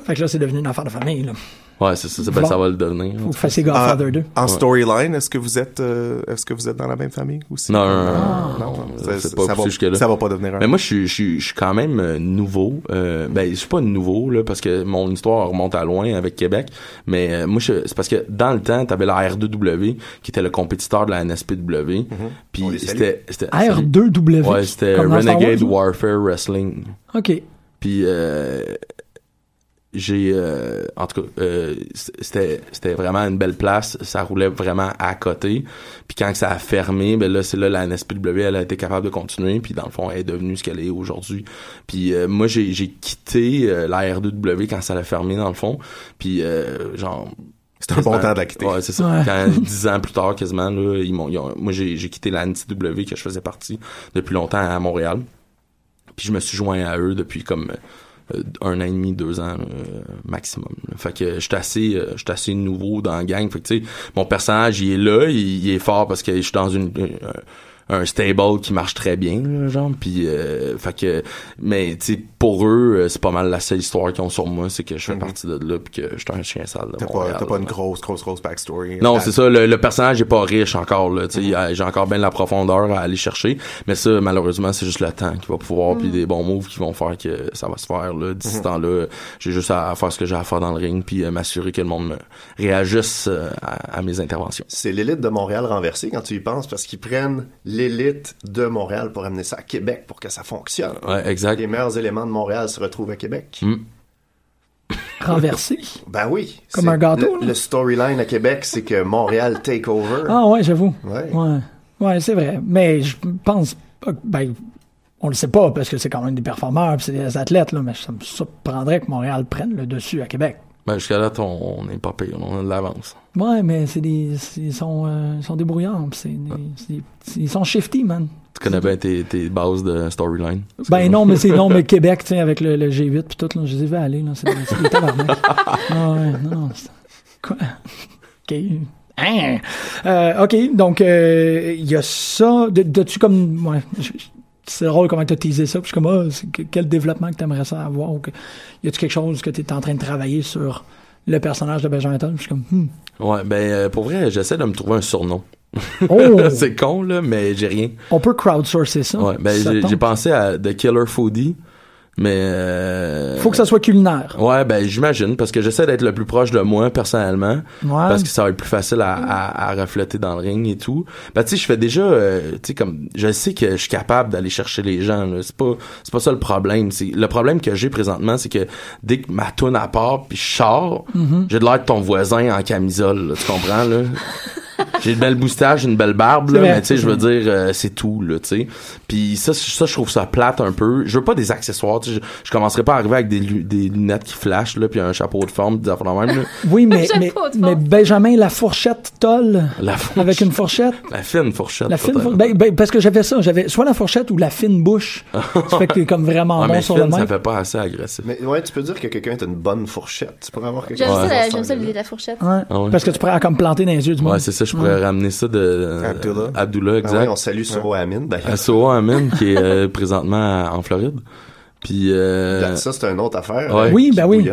Fait que là, c'est devenu une affaire de famille. Là. ouais c'est ça. c'est- ben, Bon. ça va le devenir. Faut que vous fassiez Godfather 2. En Ouais. storyline, est-ce que vous êtes, euh, est-ce que vous êtes dans la même famille aussi? Non, non, non, non, non, non. Ça, Ça- c'est pas ça va- poussé jusque-là. ça va pas devenir un. Mais moi, je suis, je suis, je suis quand même euh, nouveau. Euh, ben, je suis pas nouveau, là, parce que mon histoire remonte à loin avec Québec. Mais euh, moi, je- c'est parce que dans le temps, t'avais la R2W, qui était le compétiteur de la NSPW. Puis c'était, c'était... R2W. Ah, Ouais, c'était comme dans Star Renegade Wars, Warfare Wrestling. là. OK. Puis euh, j'ai euh, en tout cas euh, c- c'était c'était vraiment une belle place, ça roulait vraiment à côté. Puis quand que ça a fermé, ben là c'est là la NSPW elle a été capable de continuer puis dans le fond elle est devenue ce qu'elle est aujourd'hui. Puis euh, moi j'ai j'ai quitté euh, la R2W quand ça l'a fermé dans le fond. Puis euh, genre C'était un bon temps de la quitter. Ouais, c'est ça. Ouais. Quand, dix ans plus tard, quasiment, là, ils m'ont, ils ont- moi, j'ai, j'ai quitté la NTW que je faisais partie depuis longtemps à Montréal. Puis je me suis joint à eux depuis comme euh, un an et demi, deux ans euh, maximum. là. Fait que j'étais assez, euh, j'étais assez nouveau dans la gang. Fait que tu sais, mon personnage, il est là, il, il est fort parce que je suis dans une, euh, un stable qui marche très bien, là, genre. Puis, euh, fait que, mais tu sais, pour eux, euh, c'est pas mal la seule histoire qu'ils ont sur moi, c'est que je fais partie de là, puis que j'étais un chien sale. de T'as pas, Montréal, t'as pas là. une grosse, grosse, grosse backstory. Non, c'est ça. Le, le personnage est pas riche encore. Là, tu sais, euh, J'ai encore bien de la profondeur à aller chercher. Mais ça, malheureusement, c'est juste le temps qui va pouvoir. Puis des bons moves qui vont faire que ça va se faire. Là, d'ici ce Mhm. temps-là, euh, j'ai juste à, à faire ce que j'ai à faire dans le ring. Puis euh, m'assurer que le monde me réagisse euh, à, à mes interventions. C'est l'élite de Montréal renversée quand tu y penses parce qu'ils prennent l'élite de Montréal pour amener ça à Québec pour que ça fonctionne. Ouais, exact. Les meilleurs éléments de Montréal se retrouvent à Québec. Mm. Renversé. Ben oui. Comme c'est- un gâteau, Le, le storyline à Québec, c'est que Montréal take over. Ah ouais, j'avoue. Ouais. Ouais, Ouais, c'est vrai. Mais je pense pas que- ben on le sait pas parce que c'est quand même des performeurs, puis c'est des athlètes là, mais ça me surprendrait que Montréal prenne le dessus à Québec. Ben, jusqu'à là, on on est pas pire. On a de l'avance. Ouais, mais c'est des c'est- ils sont euh, ils sont débrouillants, puis c'est des- c'est des- c'est- ils sont shifty, man. Tu connais bien tes, tes bases de storyline. Ben non, mais c'est non, mais Québec, tu sais, avec le, le G8 puis tout, là, je les ai vus aller, là, c'est des- c'est des tabarnak. Ah ouais, non, non, c'est- quoi? OK. Hein? Euh, OK, donc, euh, il y a ça, de, tu comme, ouais, je- je- c'est drôle comment t'as teasé ça, puis je suis comme, ah, c'est que- quel développement que t'aimerais ça avoir, ou que, y a-tu quelque chose que t'es en train de travailler sur le personnage de Benjamin Toll, Puis je suis comme, hmm, Ouais, ben euh, pour vrai, j'essaie de me trouver un surnom. Oh! c'est con là, mais j'ai rien. on peut crowdsourcer ça. Ouais, ben Ça j'ai- tombe. j'ai pensé à The Killer Foodie, mais euh, Faut que ça soit culinaire. Ouais, ben j'imagine parce que j'essaie d'être le plus proche de moi personnellement, Ouais. parce que ça va être plus facile à, à, à refléter dans le ring et tout. Ben tu sais, je fais déjà, euh, tu sais comme, je sais que je suis capable d'aller chercher les gens. là. C'est pas, c'est pas ça le problème. C'est le problème que j'ai présentement, c'est que dès que ma tourne à part puis je sors, Mhm. j'ai de l'air de ton voisin en camisole. là, tu comprends là J'ai une belle moustache, une belle barbe, C'est là, vrai, mais tu sais, c'est je veux vrai. dire dire, euh, c'est tout là tu sais puis ça c- ça je trouve ça plate un peu je veux pas des accessoires tu sais, je, je commencerai pas à arriver avec des, lu- des lunettes qui flashent là puis un chapeau de forme des affaires de même là. Oui, mais, J'aime mais, pas autrement. mais Benjamin, la fourchette Toll, La avec une fourchette, la fine fourchette La fine peut-être. four- ben, ben, parce que j'avais ça, j'avais soit la fourchette ou la fine bouche. Ça fait que t'es comme vraiment Ouais, bon mais sur fine, le ça même. fait pas assez agressif Mais ouais, tu peux dire que quelqu'un est une bonne fourchette. Tu pourrais avoir quelque J'aime chose. ça, dans la- ce j'aime ça sens-là. l'idée de la fourchette. Ouais. Ah ouais. Parce que tu pourrais comme planter dans les yeux du monde. ouais c'est ça je pourrais Ouais. ramener ça Ah, de euh, Abdullah. Abdullah, exact. Ah ouais, on salue Soro Amin, d'ailleurs. Euh, Soro Amin, qui est euh, présentement à- en Floride. Puis euh, Ça, c'est une autre affaire. ouais. Oui, ben oui.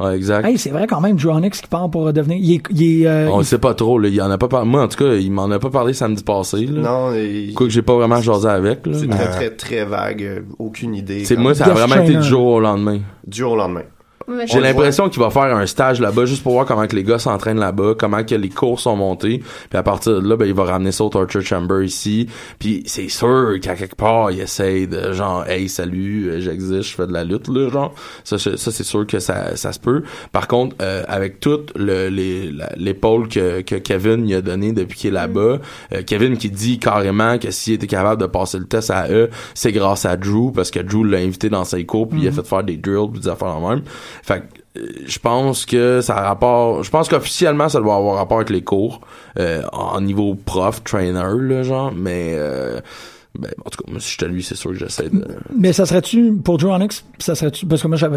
Ouais, exact. Hey, c'est vrai quand même, Dronix qui part pour devenir. Il est, il est, euh, on il- le sait pas trop, là. Il en a pas parlé. Moi, en tout cas, il m'en a pas parlé samedi passé, là. Non, et- Quoique j'ai pas vraiment jasé avec, là. C'est mais- très, très, très vague. euh, Aucune idée. C'est Comme- moi, ça a vraiment été du jour au lendemain. Du jour au lendemain. Mais J'ai l'impression qu'il va faire un stage là-bas juste pour voir comment que les gars s'entraînent là-bas, comment que les cours sont montés. Puis à partir de là, ben, il va ramener ça au Torture Chamber ici. Puis c'est sûr qu'à quelque part, il essaye de genre, hey, salut, euh, j'existe, je fais de la lutte, là, genre. Ça, c'est- ça, c'est sûr que ça, ça se peut. Par contre, euh, avec toute le- les- la- l'épaule que, que Kevin il a donné depuis qu'il est là-bas, euh, Kevin qui dit carrément que s'il était capable de passer le test à eux, c'est grâce à Drew parce que Drew l'a invité dans ses cours puis il a Mhm. fait faire des drills puis des affaires en même. Fait que, euh, je pense que ça a rapport je pense qu'officiellement ça doit avoir rapport avec les cours euh, en niveau prof trainer là genre mais euh, ben, en tout cas moi si j'étais lui c'est sûr que j'essaie de Mais ça serait-tu, pour Dronix, ça serait-tu. Parce que moi, j'avais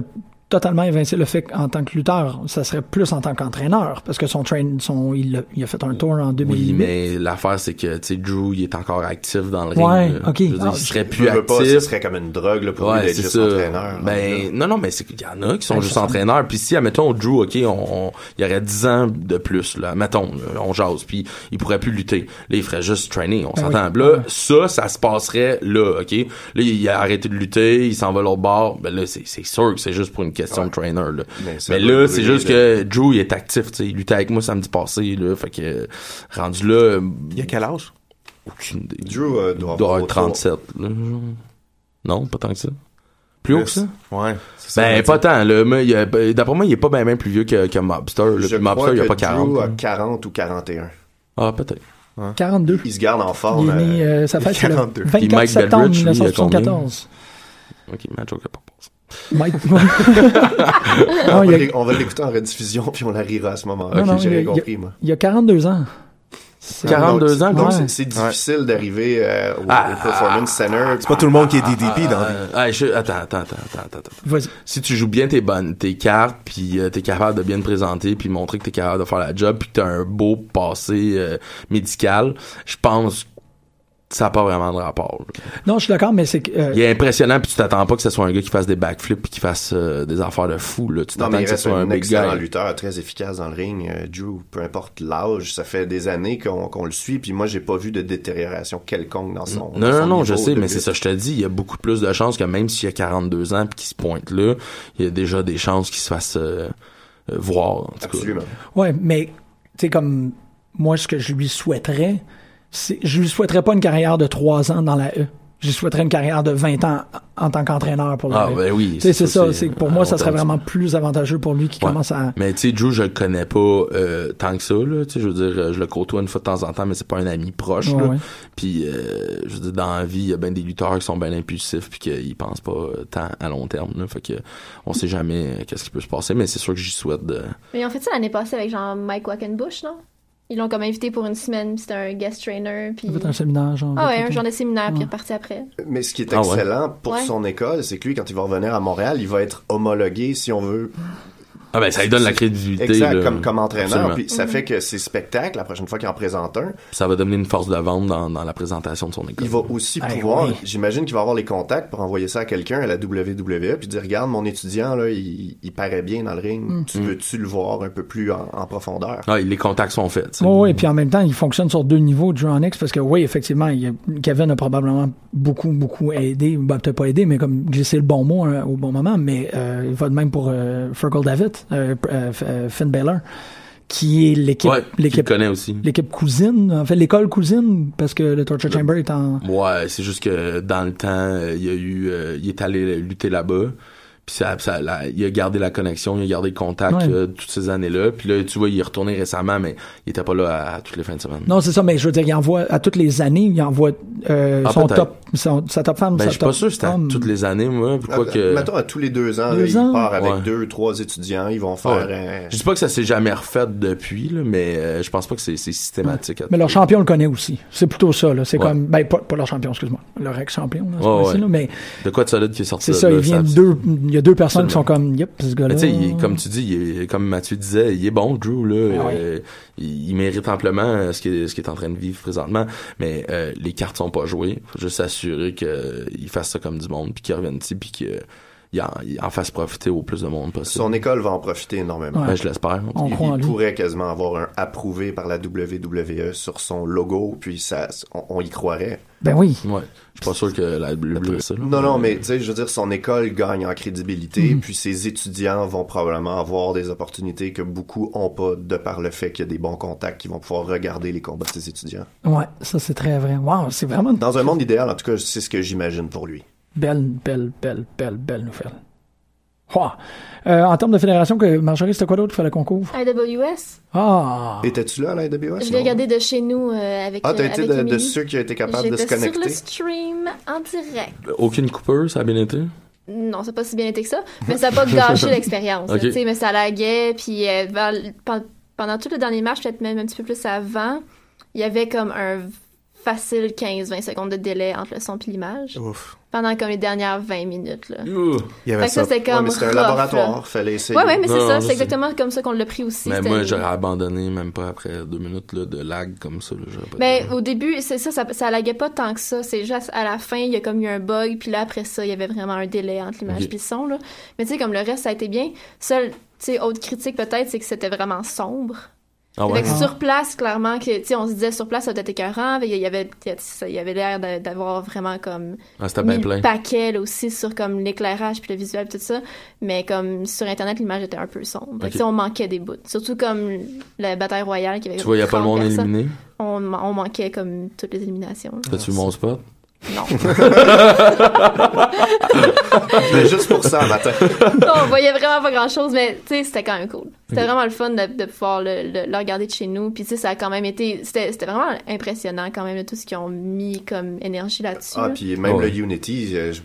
totalement évincé le fait qu'en tant que lutteur, ça serait plus en tant qu'entraîneur. Parce que son train, son, il, a, il a fait un tour en 2008. oui mais l'affaire c'est que tu sais Drew il est encore actif dans le Ouais, ring là. ok. Je veux dire, Ah, il serait je plus veux pas, actif ce serait comme une drogue là, pour lui d'être c'est juste hein, ça. entraîneur. Ben, non, non, mais c'est qu'il y en a qui sont Ouais, juste c'est Ben, ça. entraîneurs. Puis si, admettons, Drew, OK, on, on- il y aurait 10 ans de plus, là, mettons, là, on jase, puis il pourrait plus lutter. Là, il ferait juste trainer, on Ben s'entend. oui. Là, ça, ça se passerait là, OK? Là, il a arrêté de lutter, il s'en va l'autre bord. Ben là, c'est c'est sûr que c'est juste pour une question de trainer, là. Mais Ben, ça Mais doit là, c'est brûler, juste que Drew, il est actif, tu sais. Il luttait avec moi samedi passé, là. Fait que, euh, rendu là... Il a quel âge? Aucune idée. Drew euh, doit Il avoir doit avoir autour- 37, là, genre. Non, pas tant que ça. Plus haut que ça? Ouais. Ben, pas tant, là. Mais il y a- ben, D'après moi, il est pas bien plus vieux que, que Mobster. là. Je Puis Mobster, crois il a que pas 40. Drew là. a 40 ou 41. Ah, peut-être. 42. Il se garde en forme. Il est né, euh, sa fête, c'est le 24 Puis Mike septembre Bedridge, lui, il a combien? 1974. Ok, mais la joke a pas passé. Mike. on, Non, il y va a- l'é- on va l'écouter en rediffusion, puis on la rira à ce moment-là. Non, non, Ok, j'ai il y a- rien il y a- compris, moi. Il y a 42 ans. C'est- Donc, Ouais. donc, c'est- c'est difficile d'arriver euh, au, au Performance Center. C'est pas tout le monde qui est Ah, DDP dans euh, ah, je- attends, attends, attends, attends, attends, attends. Vas-y. Si tu joues bien tes bonnes, tes cartes, puis euh, t'es capable de bien te présenter, puis montrer que t'es capable de faire la job, puis que t'as un beau passé euh, médical, je pense que ça n'a pas vraiment de rapport. là. Non, je suis d'accord, mais c'est que. euh, Il est impressionnant, puis tu t'attends pas que ce soit un gars qui fasse des backflips puis qui fasse euh, des affaires de fou. Là. Tu Non, t'attends mais il que ce reste soit un, un big excellent guy. lutteur, très efficace dans le ring. euh, Drew, peu importe l'âge, ça fait des années qu'on qu'on le suit, puis moi, j'ai pas vu de détérioration quelconque dans son. Non, dans son non, non, je niveau sais, de mais lutte. c'est ça, je te dis, il y a beaucoup plus de chances que même s'il y a 42 ans puis qu'il se pointe là, il y a déjà des chances qu'il se fasse euh, euh, voir. En tout Absolument. Ouais, mais tu sais comme moi ce que je lui souhaiterais, c'est je lui souhaiterais pas une carrière de 3 ans dans la E. Je lui souhaiterais une carrière de 20 ans en tant qu'entraîneur pour la Ah, E. ben oui, Tu sais, c'est c'est ça, ça, c'est c'est pour à moi long ça serait terme, vraiment plus avantageux pour lui qui Ouais. commence à Mais tu sais, Drew, je le connais pas euh, tant que ça, là. Tu sais, je veux dire, euh, je le côtoie une fois de temps en temps, mais c'est pas un ami proche, Ouais, là. ouais. Puis, euh, je veux dire, dans la vie, il y a bien des lutteurs qui sont bien impulsifs puis qu'ils pensent pas euh, tant à long terme, là. Fait que, on sait jamais euh, qu'est-ce qui peut se passer, mais c'est sûr que j'y souhaite de... Mais ils ont fait ça l'année passée avec genre Mike Wackenbush, non? Ils l'ont comme invité pour une semaine, puis c'était un guest trainer, puis... un séminaire genre. Ah ouais, quelque un chose. genre de séminaire, puis il est reparti après. Mais ce qui est Ah ouais. excellent pour Ouais. son école, c'est que lui, quand il va revenir à Montréal, il va être homologué, si on veut, Ah ben, ça lui donne la crédibilité, exact, là. comme, comme entraîneur. Absolument. Puis ça fait que ses spectacles, la prochaine fois qu'il en présente un, Ça va devenir une force de vente dans, dans la présentation de son école. il va aussi Hey, pouvoir, oui. j'imagine qu'il va avoir les contacts pour envoyer ça à quelqu'un à la WWE, puis dire, regarde, mon étudiant, là, il, il paraît bien dans le ring, Mm. tu veux-tu le voir un peu plus en, en profondeur? Ah, les contacts sont faits, tu sais. Oui, oui, puis en même temps, il fonctionne sur deux niveaux, Dronix, parce que oui, effectivement, il y a- Kevin a probablement beaucoup, beaucoup aidé, bah, peut-être pas aidé, mais comme glisser le bon mot hein, au bon moment, mais euh, il va de même pour euh, Fergal David, euh, euh, F- euh, Finn Balor, qui est l'équipe Ouais, l'équipe- qu'il connaît aussi. l'équipe cousine, en fait l'école cousine, parce que le Torture Chamber est en... Ouais, c'est juste que dans le temps, euh, il y a eu, euh, il est allé lutter là-bas. Puis ça, ça- la- il a gardé la connexion, il a gardé le contact Ouais. euh, toutes ces années-là. Puis là, tu vois, il est retourné récemment, mais il était pas là à, à toutes les fins de semaine. Non, c'est ça, mais je veux dire, il envoie, à toutes les années, il envoie euh, Ah, son peut-être. top, son- sa top femme, ben, sa je suis top pas sûr que c'était à homme. toutes les années, moi. puis quoi que... Ah, ben, Mettons, à tous les deux ans, Deux là, ans? il part avec Ouais. deux, trois étudiants, ils vont Ouais. faire un... Je dis pas que ça s'est jamais refait depuis, là, mais euh, je pense pas que c'est c'est systématique. à- Mais leur champion le connaît aussi. C'est plutôt ça, là. C'est Ouais. comme, ben, pas, pas leur champion, excuse-moi. Leur ex-champion, là, ce Ouais, mois-ci, ouais. là, mais De quoi de solide qui est sorti c'est de ça, là, il vient de deux, il y a a deux personnes qui sont comme, yep, ce gars-là. Mais tu sais, il est- comme tu dis, il est- comme Mathieu disait, il est bon, Drew, là. Ah ouais. Euh, il, il mérite amplement euh, ce qu'il est, ce qu'il est en train de vivre présentement. Mais euh, les cartes sont pas jouées. Faut juste s'assurer qu'il fasse ça comme du monde, puis qu'il revienne ici, puis qu'il il en, il en fasse profiter au plus de monde possible. Son école va en profiter énormément. Ouais. Ben, je l'espère. Il- il pourrait quasiment avoir un approuvé par la WWE sur son logo, puis ça, on, on y croirait. Ben oui. Ouais. Je suis pas sûr que la WWE ça. là. Non, non, mais tu sais, je veux dire, son école gagne en crédibilité, Mm-hmm. puis ses étudiants vont probablement avoir des opportunités que beaucoup ont pas de par le fait qu'il y a des bons contacts qui vont pouvoir regarder les combats de ses étudiants. Ouais, ça c'est très vrai. Wow, c'est vraiment une Dans un monde idéal, en tout cas, c'est ce que j'imagine pour lui. belle, belle, belle, belle, belle nouvelle. Wow. Euh, en termes de fédération, que Marjorie, c'était quoi d'autre qu'il fallait qu'on couvre? AWS. Ah! Étais-tu là à la AWS? je l'ai non? regardé de chez nous euh, avec Ah, t'as euh, été avec de- de Émilie. ceux qui ont été capables de se J'étais sur connecter. le stream en direct. Aucune coupeur, ça a bien été. Non, ça n'a pas si bien été que ça, mais ça n'a pas gâché l'expérience. Ok. Tu sais, mais ça laguait, puis euh, vers- pen- pendant tout le dernier match, peut-être même un petit peu plus avant, il y avait comme un facile 15-20 secondes de délai entre le son et l'image. Ouf. Pendant comme les dernières 20 minutes, là. Il y Fait que ça, c'était Ouais, comme mais c'était un rough, laboratoire, là. fallait essayer. Ouais, ouais, mais c'est Non, ça, je c'est sais. exactement comme ça qu'on l'a pris aussi. Mais c'était- moi, j'aurais abandonné même pas après deux minutes là, de lag comme ça. là. J'aurais Ben, pas- Mais au début, c'est ça, ça, ça laguait pas tant que ça. C'est juste à la fin, il y a comme eu un bug, puis là, après ça, il y avait vraiment un délai entre l'image Ok. et le son. Là. Mais tu sais, comme le reste, ça a été bien. Seule, tu sais, autre critique peut-être, c'est que c'était vraiment sombre. Ah ouais? Fait que Ah. sur place, clairement, que, tu sais, on se disait sur place, ça doit être écœurant. Il y avait, il y a- ça- il y avait l'air d'a- d'avoir vraiment comme. Ah, c'était bien mis le plein. paquet là, aussi sur comme l'éclairage puis le visuel puis tout ça. Mais comme sur Internet, l'image était un peu sombre. Fait que, Ok. tu sais, on manquait des bouts. Surtout comme la bataille royale qui avait. Tu vois, il y a pas le 30 monde personnes éliminé. on, ma- on manquait comme toutes les éliminations. T'as-tu mon spot? Non. Mais juste pour ça, matin. Non, on voyait vraiment pas grand chose, mais tu sais, c'était quand même cool. C'était Ok. vraiment le fun de, de pouvoir le, le- le regarder de chez nous. Puis tu sais, ça a quand même été. C'était c'était vraiment impressionnant quand même, là, tout ce qu'ils ont mis comme énergie là-dessus. Ah, puis même Ouais. le Unity, euh, je-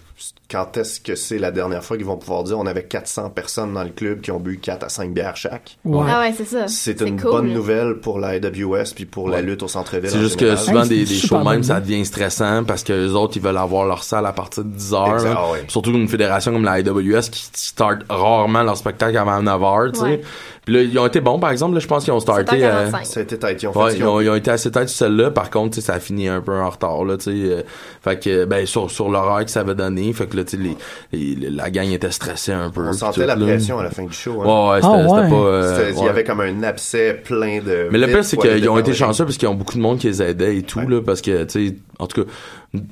quand est-ce que c'est la dernière fois qu'ils vont pouvoir dire on avait 400 personnes dans le club qui ont bu 4 à 5 bières chaque? Ouais. Ah ouais, c'est ça. C'est C'est une cool. bonne nouvelle pour la AWS puis pour la lutte au centre-ville. C'est en juste que général. souvent, des, des shows même, ça devient stressant parce que les autres, ils veulent avoir leur salle à partir de 10 heures. Exact, là. ah ouais. Surtout une fédération comme la IWS qui start rarement leur spectacle avant 9 heures, tu sais. Ouais. Puis là, ils ont été bons, par exemple, là, je pense qu'ils ont starté. hein. euh, C'était tight. Ils ont fait Ouais, ce ils qu'ils ont ont, ils ont été assez tête sur celle-là. Par contre, tu sais, ça a fini un peu en retard, là, tu sais. euh, fait que, euh, ben, sur, sur l'horaire que ça avait donné, fait que là, tu sais, les- les- les- la gang était stressée un peu. On puis sentait tout, la là. pression à la fin du show. hein. Ah Ouais, ouais, c'était c'était pas. euh, C'était- Il y ouais. avait comme un abcès plein de. Mais le vides pire, c'est toilettes qu'ils ont par été la- chanceux parce qu'ils ont beaucoup de monde qui les aidait et tout, là, parce que, tu sais, en tout cas,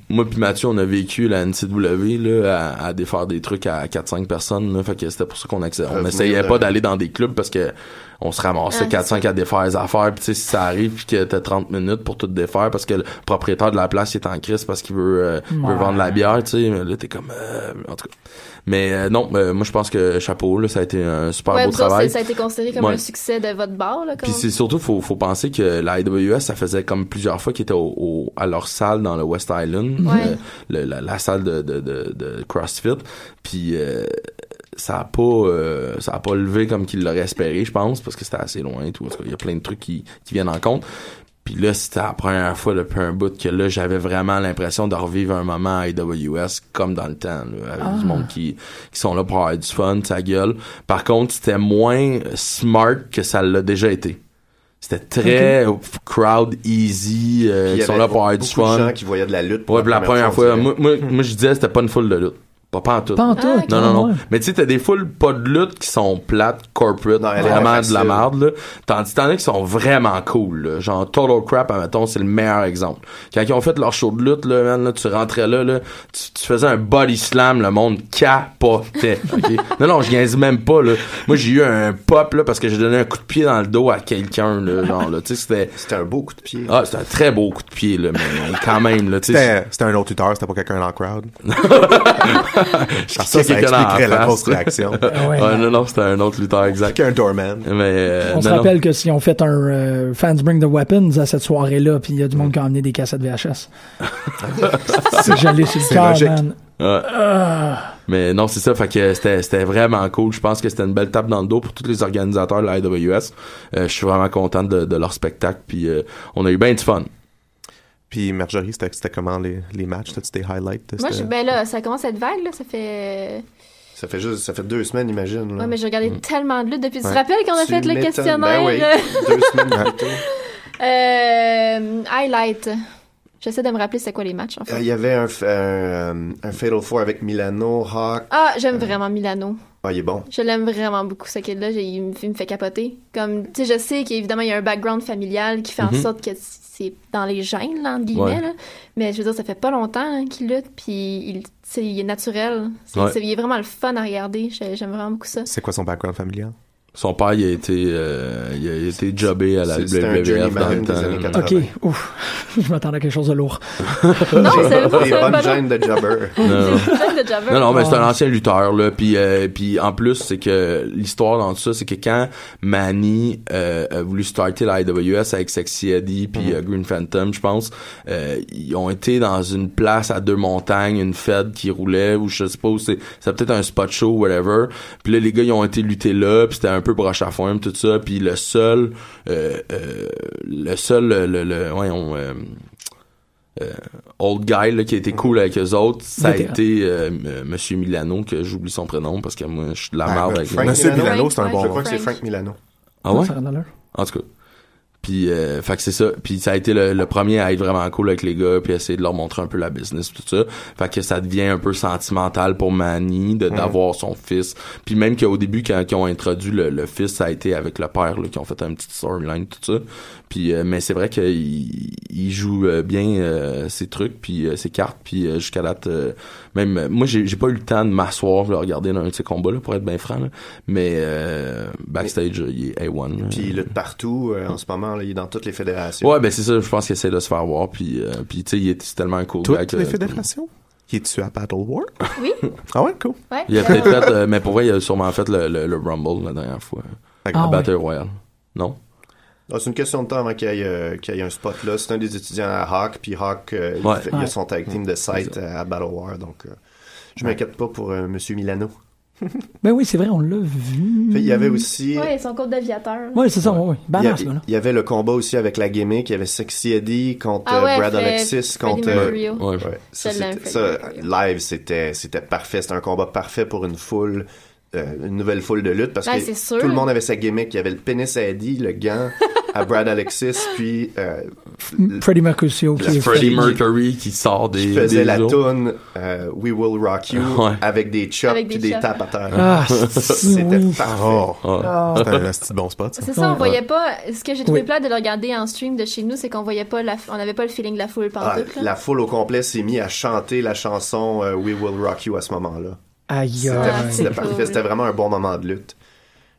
moi puis Mathieu, on a vécu la NCW, là, à, à défaire des trucs à 4-5 personnes, là, fait que c'était pour ça qu'on accé- on venir essayait de- pas d'aller dans des clubs parce que on se ramassait Ah, 4-5 à défaire les affaires, puis tu sais, si ça arrive puis que t'as 30 minutes pour tout défaire parce que le propriétaire de la place il est en crise parce qu'il veut, euh, veut Ouais. vendre la bière, tu sais, mais là, t'es comme, euh, en tout cas. Mais euh, non, euh, moi, je pense que chapeau, là, ça a été un super Ouais, beau vous autres, travail. c'est- ça a été considéré comme Ouais. un succès de votre bar, là, comme. Puis c'est surtout faut faut penser que la AWS ça faisait comme plusieurs fois qu'ils étaient au, au- à leur salle dans le West Island, Ouais. euh, le- la, la salle de de, de, de CrossFit, puis euh, ça a pas euh, ça a pas levé comme qu'ils l'auraient espéré, je pense, parce que c'était assez loin et tout. En tout cas, il y a plein de trucs qui qui viennent en compte. Puis là, c'était la première fois depuis un bout que là, j'avais vraiment l'impression de revivre un moment à AWS comme dans le temps, là, avec du Ah. monde qui, qui sont là pour avoir du fun, de sa gueule. Par contre, c'était moins smart que ça l'a déjà été. C'était très crowd easy, euh, Puis il y ils sont avait là pour avoir du beaucoup de fun. gens qui voyaient de la lutte. pour Ouais, puis la première fois, moi, moi, moi, je disais, c'était pas une foule de lutte. Pas, pas en tout. Pas en tout, Ah, Non, non, non. ouais. Mais tu sais, t'as des foules pas de lutte qui sont plates, corporate, elle est vraiment de facile. la merde, là. Tandis t'en as qui sont vraiment cool, là. Genre, Total Crap, admettons, c'est le meilleur exemple. Quand ils ont fait leur show de lutte, là, man, là, tu rentrais là, là, tu, tu faisais un body slam, le monde capotait, ok? non, non, je niaise même pas, là. Moi, j'ai eu un pop, là, parce que j'ai donné un coup de pied dans le dos à quelqu'un, là, genre, là. Tu sais, c'était... C'était un beau coup de pied. Ah, c'était un très beau coup de pied, là, mais quand même, là, tu sais... C'était c'était un autre tuteur, c'était pas quelqu'un dans le crowd. Je ça, ça kickais quelqu'un en expliquerait la face. grosse réaction. ouais. Ah, non, non, c'était un autre lutteur exact. un doorman. Mais, euh, On se non, non. rappelle que si on fait un euh, Fans Bring the Weapons à cette soirée-là, puis il y a du monde qui a emmené des cassettes VHS. c'est gelé sur le C'est cœur, logique. man. Ouais. Ah. Mais non, c'est ça. Fait que c'était, c'était vraiment cool. Je pense que c'était une belle tape dans le dos pour tous les organisateurs de la AWS. Euh, je suis vraiment content de, de leur spectacle. Puis euh, on a eu bien du fun. Puis Marjorie, c'était c'était comment les, les matchs? T'as-tu des highlights? de Moi, cette- je, ben là, ça commence à être vague, là. Ça fait. Ça fait juste, ça fait deux semaines, imagine. là. Ouais, Ah, mais j'ai regardé tellement de luttes depuis. Tu te Mm. Ouais. rappelles quand on a Tu fait le m'étonnes. questionnaire? Ben oui, deux semaines plus tôt. Euh, highlight. J'essaie de me rappeler c'est quoi les matchs, en Euh, fait. Il y avait un, f- un, euh, un Fatal Four avec Milano, Hawk. Ah, j'aime vraiment Milano. Ah, il est bon. Je l'aime vraiment beaucoup, ce kid-là. J'ai- Il, me- il me fait capoter. Comme, tu sais, je sais qu'évidemment, il y a un background familial qui fait en Mhm. sorte que c'est dans les gènes, là, entre guillemets. Ouais. là. Mais je veux dire, ça fait pas longtemps hein, qu'il lutte, puis il, tu sais, il est naturel. C'est- Ouais. c'est- il est vraiment le fun à regarder. J'ai- J'aime vraiment beaucoup ça. C'est quoi son background familial? Son père, il a été, euh, il a il a été jobbé à la C'est- c'était un WWF dans journeyman le des temps. années là. Ok, ouf. Je m'attendais à quelque chose de lourd. Des bonnes gènes de jobber. Non. Plein de jobbers. Non, non, mais c'est un ancien lutteur, là. Puis, euh, puis en plus, c'est que l'histoire dans tout ça, c'est que quand Manny euh, a voulu starter la IWS avec Sexy Eddie puis euh, Green Phantom, je pense, euh, ils ont été dans une place à deux montagnes, une fed qui roulait, ou je sais pas, où c'est c'est peut-être un spot show, whatever. Puis là, les gars, ils ont été lutter là, puis c'était un peu broche à foin, tout ça. Puis le seul, euh, euh, le seul, le, le, le- voyons, euh, euh, old guy là, qui a été cool avec eux autres, ça a Vétéran. été euh, m- Monsieur Milano, que j'oublie son prénom parce que moi je suis de la Ah, merde ben, avec Frank lui. Monsieur Milano. Milano, c'est un bon Je nom. crois que c'est Frank Milano. Ah ouais? Ça rentre dans l'heure. En tout cas. Puis, euh, fait que c'est ça. Puis ça a été le, le premier à être vraiment cool avec les gars, puis essayer de leur montrer un peu la business, tout ça. Fait que ça devient un peu sentimental pour Manny de Mhm. d'avoir son fils. Puis même qu'au début, quand ils ont introduit le, le fils, ça a été avec le père, là, qui ont fait un petit storyline, tout ça. Puis, euh, mais c'est vrai qu'il il joue euh, bien euh, ses trucs, puis euh, ses cartes, puis euh, jusqu'à date, euh, même euh, moi, j'ai j'ai pas eu le temps de m'asseoir, le regarder dans un de ces combats-là, pour être bien franc, là. mais euh, backstage, il est A1. là. Puis il lutte partout euh, en ce moment, là, il est dans toutes les fédérations. Ouais, ben c'est ça, je pense qu'il essaie de se faire voir, puis, euh, puis tu sais, il est c'est tellement un cool euh, Toutes gars Ben, que- les fédérations? Qui es-tu à Battle War? Oui. Ah ouais, cool. Ouais. Il a Euh, peut-être fait, euh, mais pour vrai, il a sûrement fait le, le- le Rumble la dernière fois. Avec la Ah, Battle Royale. Non? Ah, c'est une question de temps avant qu'il y, ait, euh, qu'il y ait un spot là. C'est un des étudiants à Hawk, puis Hawk, euh, il Ouais. fait- il, Ouais. a son tag team de site euh, à Battle War, donc euh, je m'inquiète pas pour euh, Monsieur Milano. Ben oui, c'est vrai, on l'a vu. Fait, il y avait Mm. aussi... Ouais, son code d'aviateur. Euh, Oui, c'est ça, oui, oui. il, y Badass, avait, là. il y avait le combat aussi avec la gimmick, il y avait Sexy Eddie contre Ah euh, ouais, Brad fait- Alexis, Freddie contre... euh, Mercurio. euh, Ouais, Ça, Je l'aime, c'était- Freddie ça, live, c'était c'était parfait. C'était un combat parfait pour une foule, euh, une nouvelle foule de lutte, parce Ben, c'est sûr. que tout le monde avait sa gimmick. Il y avait le pénis à Eddie, le gant à Brad Alexis, puis... euh, Freddie Mercutio. qui est- Freddie Mercury qui sort des. qui faisait des la os. toune euh, We Will Rock You Ouais. avec des chops Avec et des des, des chops. tapes à terre. Ah, C'était oui. parfait. Ah. C'était un petit bon spot. C'est euh, ça, on voyait pas. Ce que j'ai trouvé Oui. plat de le regarder en stream de chez nous, c'est qu'on voyait pas la, on avait pas le feeling de la foule Ah, pantoute. là. la foule au complet s'est mise à chanter la chanson euh, We Will Rock You à ce moment-là. Aïe, C'était aïe. c'était parfait. C'était vraiment un bon moment de lutte.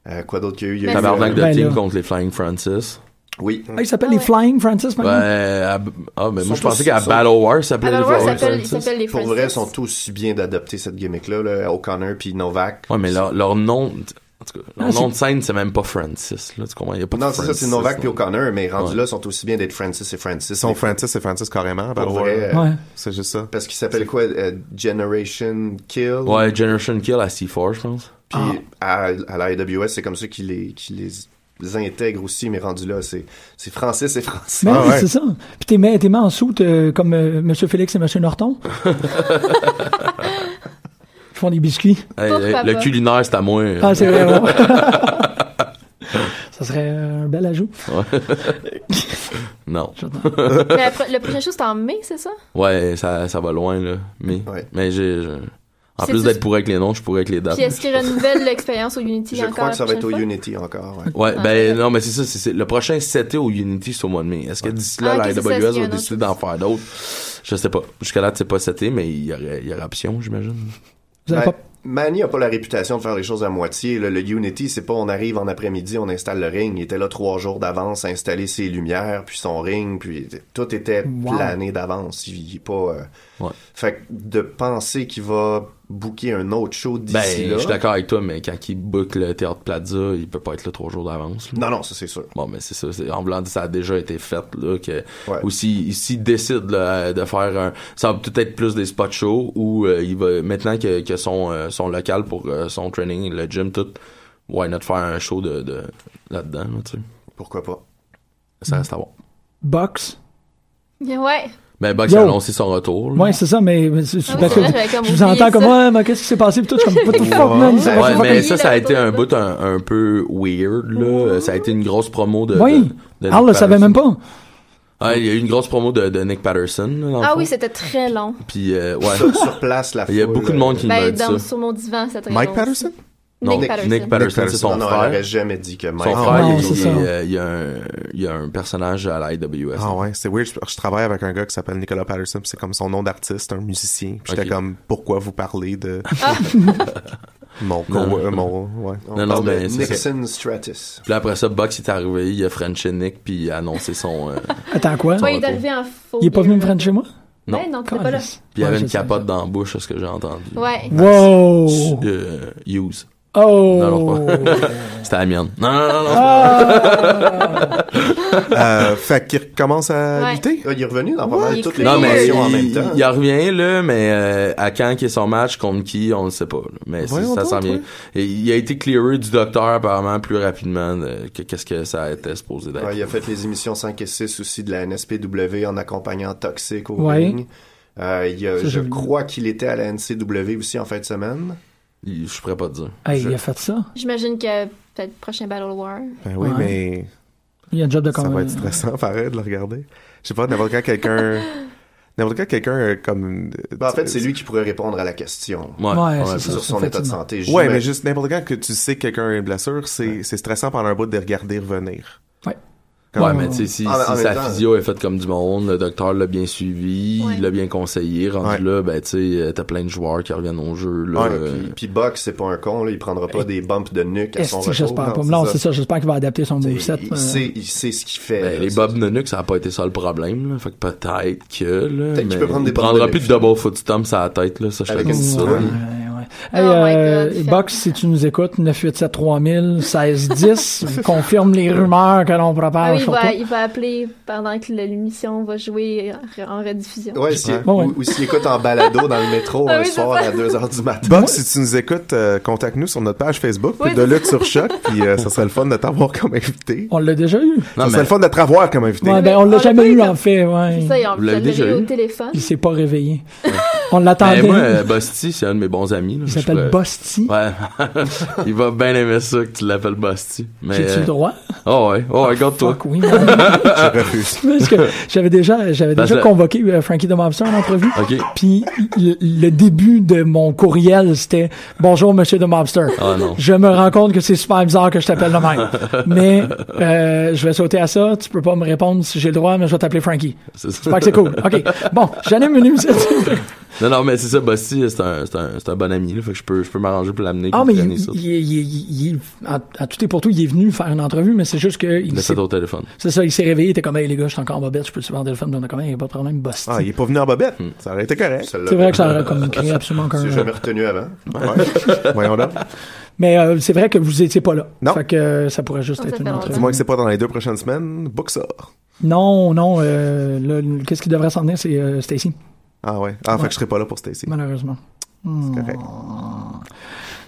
Euh, quoi d'autre qu'il y Ben, a eu? Il y a eu, Tabarnak de euh, team contre les Flying Francis. Oui. Ah, il s'appelle les Flying Francis Ouais, maintenant? à- ah, mais moi je Sont pensais tous- qu'à sont- Battle War, ça s'appelait les Battle War Flying s'appelle- ben, il Francis. s'appelle les Pour Francis. vrai, ils sont aussi bien d'adopter cette gimmick-là, là, O'Connor puis Novak. Ouais, mais leur, leur nom. En tout cas, leur nom Ah, c'est- de scène, c'est même pas Francis. Là, tu comprends? Il y a pas de Non, c'est ça, Francis, c'est Novak non. puis O'Connor, mais rendus Ouais. là, sont aussi bien d'être Francis et Francis. Son Francis et Francis carrément à Battle Pour War. vrai, euh, Ouais. Ah C'est juste ça. Parce qu'il s'appelle quoi euh, Generation Kill Ouais, Generation Kill à C4, je pense. Puis à, à la AWS, c'est comme ça qu'ils les, qu'ils les intègrent aussi, mais rendu là, c'est c'est Francis et Francis. Mais Ah Ben oui, c'est ça. Puis t'es mis, t'es mis en soute euh, comme euh, Monsieur Félix et Monsieur Norton. Ils font des biscuits. Hey, Pour hey, papa. le culinaire, c'est à moi. euh. Ah, c'est vrai, ouais. Ça serait euh, un bel ajout. Ouais. non. Mais la pro- le prochain show, c'est en mai, c'est ça? ouais, ça, ça va loin, là. Mais, mais j'ai. je- En C'est plus tout- d'être pourri avec les noms, je suis pourri avec les dates. Puis est-ce qu'il renouvelle l'expérience au Unity Je encore? crois que ça la va être au prochaine fois? Unity encore. ouais. Ah, Ouais, ben non, mais c'est ça. c'est- c'est- le prochain c'était au Unity, c'est au mois de mai. Est-ce que d'ici là, Ah, ok, c'est la ça, est-ce qu'il AWS y a va un autre décider d'en faire d'autres Je sais pas. Jusqu'à là, c'est pas c'était, mais il y aurait, il y aurait option, j'imagine. Ma- Manny n'a pas la réputation de faire les choses à moitié. là. Le Unity, c'est pas on arrive en après-midi, on installe le ring. Il était là trois jours d'avance à installer ses lumières, puis son ring, puis t- tout était Wow. plané d'avance. Il il est pas. euh, Fait que de penser qu'il va booker un autre show Ben, d'ici je là. suis d'accord avec toi, mais quand il book le Théâtre Plaza, il peut pas être là trois jours d'avance. là. Non, non, ça c'est sûr. Bon, mais c'est ça. c'est- En voulant dire, ça a déjà été fait, là, que, ou s'il s'il décide, là, de faire un, ça va peut-être plus des spots shows, ou euh, il va, maintenant que, que son, euh, son local pour euh, son training, le gym, tout, why not faire un show de, de- là-dedans, là, tu sais. Pourquoi pas? Ça reste à voir. Box. Ouais. Ben, Box Yo. a annoncé son retour. là. Ouais, c'est ça, mais mais c'est- Ah oui, parce c'est que vrai, j'avais comme je vous oublié entends comme, ça. ouais, mais qu'est-ce qui s'est passé? Puis tout, je suis comme, what the fuck, man? Ça va Ouais, pas mais bien. ça, ça a été un bout un, un peu weird, là. Ça a été une grosse promo de. Oui. de- de Al le Nick savait même pas. Patterson. Ouais, il y a eu une grosse promo de, de Nick Patterson, là, dans le Ah fond. oui, c'était très long. Puis, euh, ouais. Sur- sur place, la Il y a foule, beaucoup de euh, monde qui m'a Ben, dit dans- ça. sur mon divan, c'était très Mike long. Patterson? Nick Patterson. Nick Patterson, c'est son Non, non, elle frère. aurait jamais dit que Mike- Son Ah, frère, non, il, c'est ça. il, euh, il y a un, il y a un personnage à la IWS. Ah ouais, c'est weird. Je, je travaille avec un gars qui s'appelle Nicolas Patterson, puis c'est comme son nom d'artiste, un musicien. Puis j'étais Ok. comme, pourquoi vous parlez de mon, Non, co- non. euh, mon, ouais. Non, non, parle de mais c'est ça. Nixon Stratus. Puis là, après ça, Box est arrivé, il a Frenché Nick, puis il a annoncé son. euh, Attends, quoi? Ouais, il est arrivé en faux. Il est pas venu me prendre chez moi? Non. Ouais, non, t'es pas là. Puis il y avait Ouais, une je sais. Oh. capote dans la bouche, à ce que j'ai entendu. Ouais. Wow! Euh, use. Oh! Non, non, pas. C'était la mienne. Non, non, non, non. Euh, fait qu'il recommence à Ouais. lutter. Ah, Il est revenu dans pas Ouais, mal il est toutes les clear. Non, mais il, promotions en même temps. il en revient, là, mais euh, à quand qui est son match, contre qui, on ne sait pas. là. Mais c'est- Voyons ça donc, s'en vient. ouais. Et il a été clearé du docteur, apparemment, plus rapidement euh, que qu'est-ce que ça était supposé d'être. Ouais, il a fait les émissions 5 et 6 aussi de la NSPW en accompagnant Toxic au Ouais. ring. Euh, il y a- Ça, je j'ai vu. crois qu'il était à la NCW aussi en fin de semaine. Il- Je pourrais pas te dire. Hey, Je- il a fait ça. J'imagine que peut-être prochain Battle War. Ben oui, Ouais. mais Il a un job de ça com- va être stressant, pareil, de le regarder. Je sais pas, n'importe quand quelqu'un... N'importe quand quelqu'un euh, comme... euh, Ben, en fait, c'est lui qui pourrait répondre à la question Ouais, Ouais, c'est ça. sur son état de effectivement. santé. Ouais, j'imagine. mais juste n'importe quand que tu sais que quelqu'un a une blessure, c'est c'est stressant pendant un bout de les regarder revenir. Ouais. Comme- Ouais, mais tu sais, si, En- en si même sa temps- physio est faite comme du monde, le docteur l'a bien suivi, Ouais. il l'a bien conseillé, rendu là, ben, tu sais, euh, t'as plein de joueurs qui reviennent au jeu, là. Ouais, euh, puis, puis Buck, c'est pas un con, là, il prendra pas des bumps de nuque à Est-ce son que retour. j'espère pas? Non, c'est ça. J'espère qu'il va adapter son Il, moveset. il euh, sait, il sait ce qu'il fait. Ben, là, les c'est- Bob Nunuk, ça n'a pas été ça le problème. Là. Fait que peut-être que. Là, Peut-être qu'il mais peut prendre des il prendra Bob plus de double foot stomp sur la tête. Là, ça, je Avec te le une dis ça. souris. là. Hey, Oh my euh, God, Box, si tu nous écoutes, 987 3000 16 10, confirme les rumeurs que l'on Ah prépare oui, il sur va, toi. il va appeler pendant que le- l'émission va jouer en- en rediffusion. Ouais, s'il- Ouais. Bon, ouais. Ou, ou s'il écoute en balado dans le métro Ah un oui, c'est soir ça. à 2h du matin. Box, si tu nous écoutes, euh, contacte-nous sur notre page Facebook, Oui, de c'est lutte sur choc, puis euh, ça serait le fun de t'avoir comme invité. On l'a déjà eu. Non, ça mais serait le fun de te revoir comme invité. Ouais, ben, mais on on l'a l'a jamais pas eu, eu, en fait. Ouais. C'est ça, ils ont Vous l'avez déjà eu? au téléphone. Il s'est pas réveillé. on l'attendait. mais moi, euh, Busty, c'est un de mes bons amis. Là, il Je s'appelle pourrais- Bosti. Ouais. il va bien aimer ça que tu l'appelles Busty. Mais. J'ai-tu le euh, droit? Oh ouais, oh, regarde-toi. Fuck oui. man. Parce que j'avais déjà, j'avais Parce déjà que- convoqué euh, Frankie de Mobster en entrevue. Ben, Ok. Puis le, le début de mon courriel, c'était Bonjour, monsieur de Mobster. Ah non. Je me rends compte que c'est super bizarre que je t'appelle le même. mais euh, je vais sauter à ça. Tu peux pas me répondre si j'ai le droit, mais je vais t'appeler Frankie. C'est ça. J'espère que c'est cool. OK. Bon, j'anime une émission. Non, non, mais c'est ça, Busty, c'est un, c'est un, c'est un bon ami. Là, fait que je peux, je peux m'arranger pour l'amener. Ah, pour mais il, traîner ça. il- il- il- il- à, à tout et pour tout, il est venu faire une entrevue, mais c'est juste que... il Il l'a s'est- fait au téléphone. C'est ça, il s'est réveillé, il était comme, hey les gars, je suis encore en bobette, je peux suivre en téléphone, puis on a comme, hey, pas de problème, boss. Ah, il est pas venu en bobette. Ça aurait été correct. Celle-là, C'est vrai que ça aurait comme créé absolument aucun. c'est jamais retenu avant. Ouais. Voyons donc. Mais euh, c'est vrai que vous étiez pas là. Non. Fait que euh, ça pourrait juste Ça être fait une longtemps. entrevue. Dis-moi que c'est pas dans les deux prochaines semaines. Book ça. Non, non, euh, là, le- qu'est-ce qui devrait s'en venir, c'est euh, Stacy, Ah ouais. Ah, fait Ouais. que je serai pas là pour Stacy. malheureusement. Hmm, C'est correct.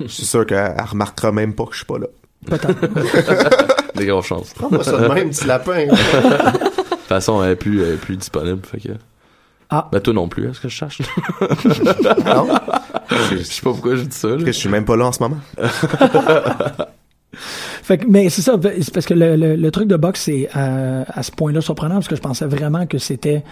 Je suis sûr qu'elle elle remarquera même pas que je suis pas là. Peut-être. Des grosses chances. De Prends pas ça de même, petit lapin. toute façon, elle est plus, elle est plus disponible. Fait que. Ah. Ben, toi non plus, est-ce que je cherche? Non? Je sais pas pourquoi je dis ça, là. Parce que je suis même pas là en ce moment. Fait que, mais c'est ça, c'est parce que le, le- le truc de boxe, c'est euh, à ce point-là surprenant, parce que je pensais vraiment que c'était,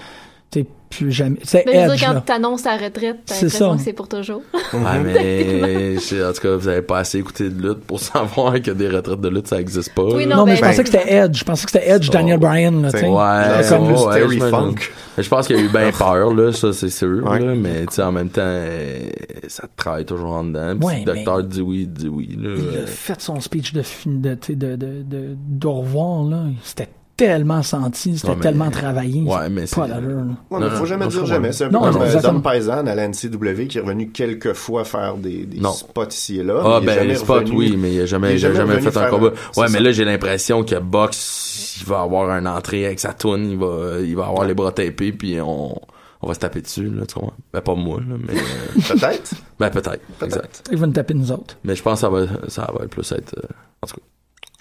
tu sais, plus jamais. C'est Mais je veux Edge, dire, quand là. t'annonces ta retraite, t'as C'est l'impression ça. que c'est pour toujours. Ouais, mais c'est- en tout cas, vous avez pas assez écouté de lutte pour savoir que des retraites de lutte, ça existe pas. Oui, là. Non, mais je Ben- pensais que c'était Edge. Je pensais que c'était Edge, Oh. Daniel Bryan, Ah, là, tu sais. C'est- Ouais, Comme ouais, juste ouais, Terry j'imagine. Funk. Mais Je pense qu'il y a eu bien peur, là, ça, c'est sûr, Ouais. Ah. là, mais tu sais, en même temps, euh, ça te travaille toujours en dedans. Puis Ouais, si le docteur dit oui, dit oui, là. euh, Il a fait son speech de fin- de, tu sais, de, de, de, d'au revoir, là. C'était tellement senti, c'était Ouais, mais- tellement travaillé. Ouais, mais Pas c'est- d'allure, là. Ouais, mais Non, faut jamais non, dire je jamais. comprends. C'est un Non, peu non, comme euh, exactement. Dom Paisan à la NCW qui est revenu quelques fois faire des, des Non. spots ici et là. Ah, mais il est ben, jamais spot, revenu. oui, mais il a jamais, il est il a jamais jamais revenu fait un faire combat. un- Ouais, c'est mais ça. là, j'ai l'impression que Box, il va avoir un entrée avec sa toune, il va, il va avoir les bras tapés, puis on, on va se taper dessus, là, tu comprends? Ben, pas moi, là, mais, euh, Peut-être. ben, peut-être, exact. Ils vont nous taper nous autres. Mais je pense que ça va, ça va plus être, euh, en tout cas.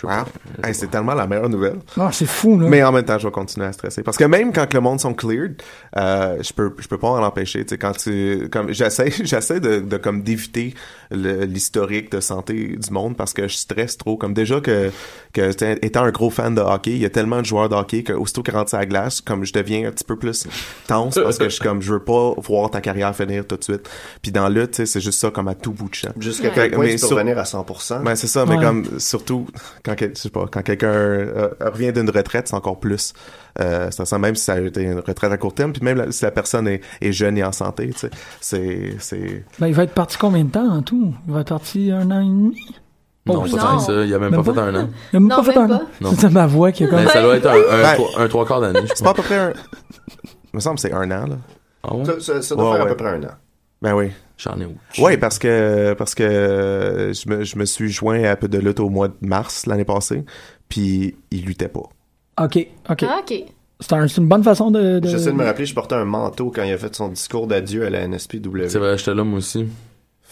Wow. Hey, c'est tellement la meilleure nouvelle. Non, Ah, c'est fou, là. Mais en même temps, je vais continuer à stresser. Parce que même quand que le monde sont cleared, euh, je peux, je peux pas en empêcher. Tu sais, quand tu, comme, j'essaie, j'essaie de, de, comme, d'éviter le- l'historique de santé du monde parce que je stresse trop. Comme déjà que, que, tu sais, étant un gros fan de hockey, il y a tellement de joueurs de hockey que, aussitôt qu'ils rentrent sur la glace, comme, je deviens un petit peu plus tense parce que je suis comme, je veux pas voir ta carrière finir tout de suite. Puis dans le, tu sais, c'est juste ça, comme à tout bout de champ. Jusqu'à Fait quel que- point mais tu peux sur- revenir à 100%. ben, c'est ça, mais Ouais. comme surtout quand, quel- je sais pas, quand quelqu'un euh, revient d'une retraite, c'est encore plus. Euh, ça sent même si ça a été une retraite à court terme, puis même la- si la personne est, est jeune et en santé, tu sais, c'est c'est Euh, Ben, il va être parti combien de temps en tout? Il va être parti un an et demi? Non, Oh, pas tant que ça. Il a même, Même pas fait pas. un an. Il a même Non, pas fait même un pas. an. Non. C'était ma voix qui est comme. Ben, ça doit être un, un, Ben- trois- un trois quarts d'année, je c'est pas à crois. peu près un. Il me semble que c'est un an là. Ah ouais? Ça, ça- ça doit Ouais, faire ouais. à peu près un an. Ben oui. J'en ai où? Oui, parce que parce que euh, je me, je me suis joint à peu de lutte au mois de mars l'année passée, puis il luttait pas. Ok, ok. Ah, ok. C'est un- c'est une bonne façon de. de... J'essaie de me rappeler, je portais un manteau quand il a fait son discours d'adieu à la NSPW. C'est vrai, j'étais là, moi aussi.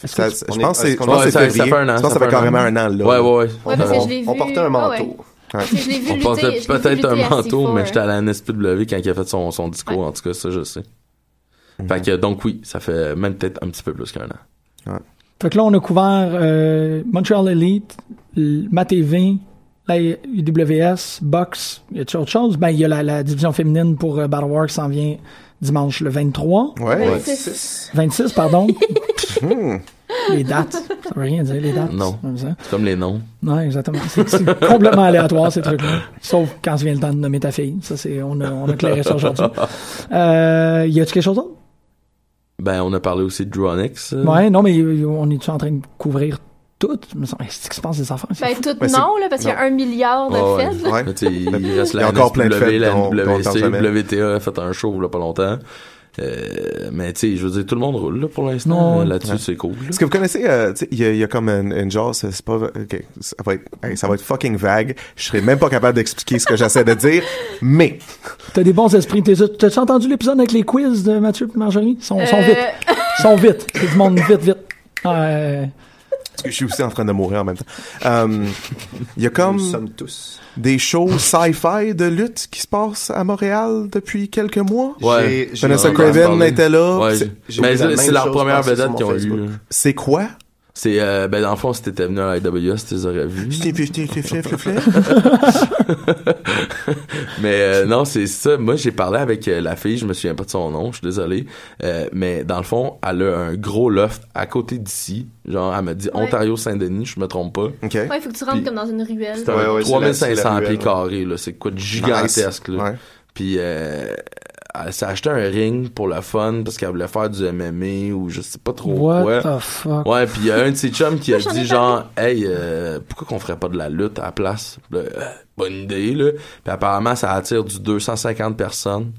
Ça- que tu- Ben, je on pense est- que c'est est-ce je qu'on pense est- que c'est ça- ça février. fait un an, Je pense ça que ça fait fait un carrément an. un an là. Ouais, ouais, ouais. Ouais, parce que je l'ai vu. on portait un Ah ouais. manteau. Ouais. Parce que Je l'ai vu On lutter, portait je l'ai vu peut-être lutter un à manteau, C4. mais j'étais à la NSPW quand il a fait son, son discours, en tout cas, ça, je sais. Fait que, donc oui, ça fait même peut-être un petit peu plus qu'un an. Fait que là, on a couvert euh, Montreal Elite, l- MATV, la UWS, Box. Y a-t-il autre chose? Ben, il y a la, la division féminine pour euh, Battle War qui s'en vient dimanche le 23. Ouais. 26. 26, pardon. Hmm. les dates. Ça veut rien dire, les dates. Non. Comme ça. C'est comme les noms. Ouais, exactement. C'est c'est complètement aléatoire, ces trucs-là. Sauf quand ça vient le temps de nommer ta fille. Ça, c'est, on a, on a éclairé ça aujourd'hui. Euh, y a-tu quelque chose d'autre? Ben, on a parlé aussi de Dronix. euh, Ouais, non, mais euh, on est-tu en train de couvrir tout? Mais ça- Est-ce qu'il se passe des affaires? c'est Ben, fou. tout Ben, c'est- non, là, parce qu'il y a non. un milliard de Ouais, fêtes. ouais. Tu sais, Il reste Il y la a encore plein de NSPW, fêtes la dont- dont on parle NWC, jamais. WTA a fait un show là, pas Ah, longtemps. Euh, mais tu sais, je veux dire, tout le monde roule là, pour l'instant. Euh, Non. Là-dessus, c'est cool. là. Est-ce que vous connaissez, euh, tu sais, il y, a- il y a comme une, une genre, c'est c'est pas, ok, ça va être, hey, ça va être fucking vague. Je serais même pas capable d'expliquer ce que j'essaie de dire, mais T'as des bons esprits. T'es- T'as-tu entendu l'épisode avec les quiz de Mathieu et Marjorie? Ils sont, sont Euh, vite. Ils sont vite. C'est du monde vite, vite. Euh, parce que je suis aussi en train de mourir en même temps. Euh, Il y a Nous comme sommes tous. des shows sci-fi de lutte qui se passent à Montréal depuis quelques mois. Ouais. J'ai- j'ai Vanessa entendu Craven parler. était là. Ouais, C'est- j'ai mais vu la c'est c'est même leur chose première passer sur vedette mon qu'ils ont Facebook. eue. là. C'est quoi? C'est, euh, ben, dans le fond, si t'étais venu à IWS, tu les aurais vus. Fifty, fifty, fifty, fifty. Mais euh, non, c'est ça. Moi, j'ai parlé avec euh, la fille, je me souviens pas de son nom, je suis désolé. Euh, mais dans le fond, elle a un gros loft à côté d'ici. Genre, elle m'a dit Ouais. Ontario-Saint-Denis, je me trompe pas. Ok. Ouais, il faut que tu rentres Puis- comme dans une ruelle. C'est un Ouais, ouais, c'est la- c'est 3500 la pieds ruelle. carrés, là. C'est quoi de gigantesque, Nice. là. Ouais. Puis euh, elle s'est acheté un ring pour le fun parce qu'elle voulait faire du MMA ou je sais pas trop what quoi. the fuck? Ouais, puis il y a un de ses chums qui a Moi, j'en dit ai genre, hey, euh, pourquoi qu'on ferait pas de la lutte à la place? Là, Euh, bonne idée, là. Puis apparemment, ça attire du 250 personnes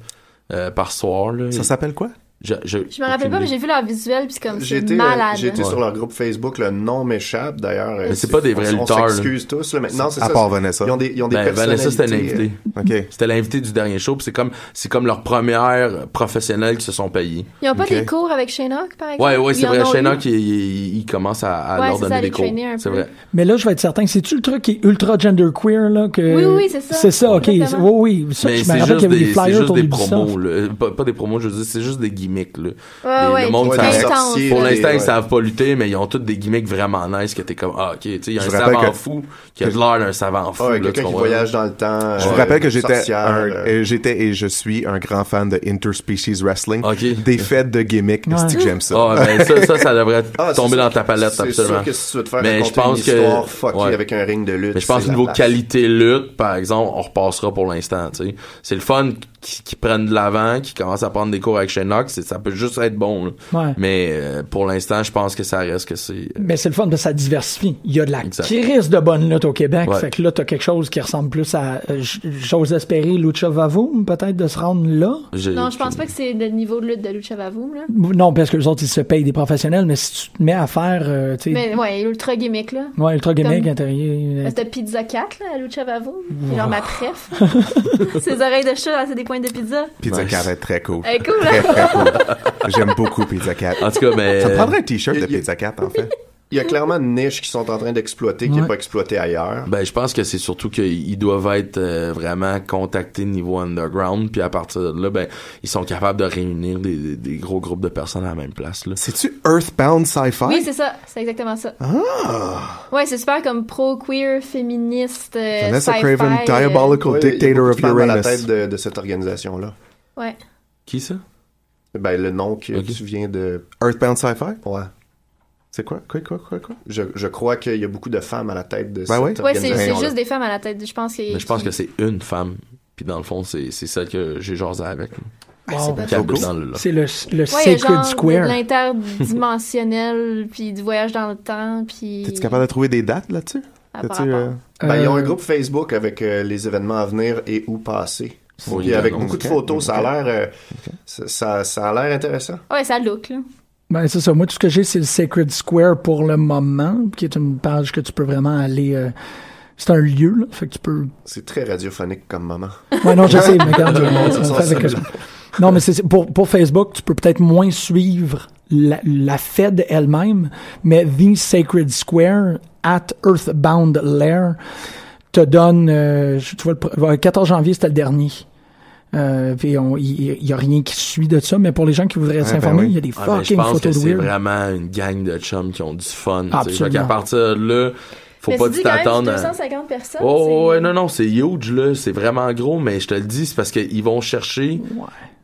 euh, par soir, là. Ça s'appelle quoi? Je, je, Je me rappelle pas, mais j'ai vu leur visuel, puis c'est comme, J'ai c'est été, euh, malade. j'ai été Ouais. sur leur groupe Facebook, le nom m'échappe d'ailleurs. euh, Mais c'est pas des vrais on- lutteurs, On là. s'excuse tous. Là, maintenant, c'est À ça. part Vanessa. Ils ont des, ils ont des Ben, Vanessa, c'était personnalités, l'invité. euh, Ok. C'était l'invité du dernier show, puis c'est comme, c'est comme leur première professionnelle qui se sont payés. Ils ont pas Ok. des cours avec Shaynock, par exemple? Ouais, ouais, c'est Ils en vrai. ont Shayna eu. qui il, il commence à, à Ouais, leur c'est ça, donner à les des cours. trainer un C'est peu. vrai. Mais là, je vais être certain. C'est-tu le truc qui est ultra genderqueer, là? Que... Oui, oui, c'est ça. C'est ça, ok. Exactement. Oui, oui. Ça, mais je me c'est rappelle juste qu'il y avait des, des c'est flyers juste autour des du promos, là. Euh, Pas, pas des promos, je veux dire, c'est juste des gimmicks, là. Ouais, Les- ouais, le monde c'est s'en- intense, sorcier, là. Pour Et l'instant, ouais. ils savent pas lutter, mais ils ont tous des gimmicks vraiment nice que t'es comme, ah, ok, tu sais, il y a Je un vous rappelle savant que- fou qui a de l'air d'un savant fou. euh, ouais, là, tu quelqu'un qui comprends? voyage dans le temps. Je vous euh, rappelle que j'étais sorcière, un, euh, euh, j'étais et je suis un grand fan de interspecies wrestling. Ok. Des fêtes de gimmicks, Ouais. c'est que j'aime ça. Ah, ben ça, ça, ça devrait Ah, c'est tomber sûr- dans ta palette, C'est absolument. sûr que si tu veux te faire Mais raconter je pense une histoire que- fuckée ouais. avec un ring de lutte. Mais je pense c'est que niveau la place. qualité lutte, par exemple, on repassera pour l'instant, tu sais. C'est le fun qui, qui prennent de l'avant, qui commencent à prendre des cours avec Shenox, ça peut juste être bon, là. Ouais. Mais euh, pour l'instant, je pense que ça reste que c'est... euh, Mais c'est le fun parce que ça diversifie. Il y a de la Exact. crise de bonne lutte au Québec. Ouais. Fait que là, t'as quelque chose qui ressemble plus à, euh, j- j'ose espérer, Lucha Vavoom, peut-être, de se rendre là. j'ai- Non, je pense pas que c'est le niveau de lutte de Lucha Vavoom, là. Non, parce que les autres, ils se payent des professionnels, mais si tu te mets à faire, euh, tu sais, Mais ouais, ultra gimmick, là. ouais, ultra gimmick comme- Ah, intérieur. euh, Parce que t'as Pizza 4, là, à Lucha Vavoom. C'est genre ma préf. Ses oreilles de chat, là, c'est des pointes de pizza. Pizza Nice. Cat est très cool. Elle est cool, hein? Très, là. très cool. J'aime beaucoup Pizza Cat. En tout cas, ben, mais... Ça me prendrait un t-shirt de Il- il- Pizza Cat, en fait. Il y a clairement une niche qui sont en train d'exploiter qui n'est Ouais. pas exploitée ailleurs. Ben, je pense que c'est surtout qu'ils doivent être euh, vraiment contactés niveau underground, puis à partir de là, ben, ils sont capables de réunir des, des- des gros groupes de personnes à la même place. C'est-tu Earthbound Sci-Fi? Oui, c'est ça. C'est exactement ça. Ah! Ouais, c'est super comme pro-queer, féministe, euh, Vanessa sci-fi, Craven, euh, Diabolical Oui, il y a Dictator beaucoup of de femmes à la Uranus. tête de, de cette organisation-là. Ouais. Qui ça? Ben, le nom que tu viens de... Earthbound Sci-Fi? Ouais. C'est quoi? Quoi, quoi, quoi, quoi? Je, je crois qu'il y a beaucoup de femmes à la tête de Ben cette oui. Ouais, c'est c'est organisation-là. juste des femmes à la tête. Je pense que. Mais Ben, je pense que c'est une femme, puis dans le fond, c'est c'est celle que j'ai jasé avec. Ah, c'est pas Qui habite cool. dans le- C'est le, le Ouais, il y a Sacred genre Square. de L'interdimensionnel, puis du voyage dans le temps, puis. Es-tu capable de trouver des dates là-dessus? Ah, par T'as-tu, rapport. Ben, ils ont un Euh, groupe Facebook avec euh, les événements à venir et où passer. Oui, Puis avec d'accord. beaucoup de Ok. photos, ça a Ok. l'air euh, ça- ça, ça a l'air intéressant. Ouais, ça look, là. Ben, c'est ça. Moi, tout ce que j'ai, c'est le Sacred Square pour le moment, qui est une page que tu peux vraiment aller. euh, C'est un lieu, là. Fait que tu peux. C'est très radiophonique comme moment. Ouais, non, je sais, mais regarde, Tout le monde euh, sur on son fait avec- cellulaire. Non, mais c'est pour, pour Facebook, tu peux peut-être moins suivre la, la Fed elle-même, mais The Sacred Square at Earthbound Lair te donne, euh, je- tu vois, le pr- le 14 janvier, c'était le dernier. Euh, puis on- il il y, a rien qui suit de ça, mais pour les gens qui voudraient s'informer, il y a des Ah, ben, fucking Je pense que photos de c'est weird. vraiment une gang de chums qui ont du fun. tu sais. Absolument. Fait qu'à partir de là, faut Mais pas tu dis du quand même t'attendre. à- 250 personnes. Oh, ouais, non, non, c'est huge, là. C'est vraiment gros, mais je te le dis, c'est parce qu'ils vont chercher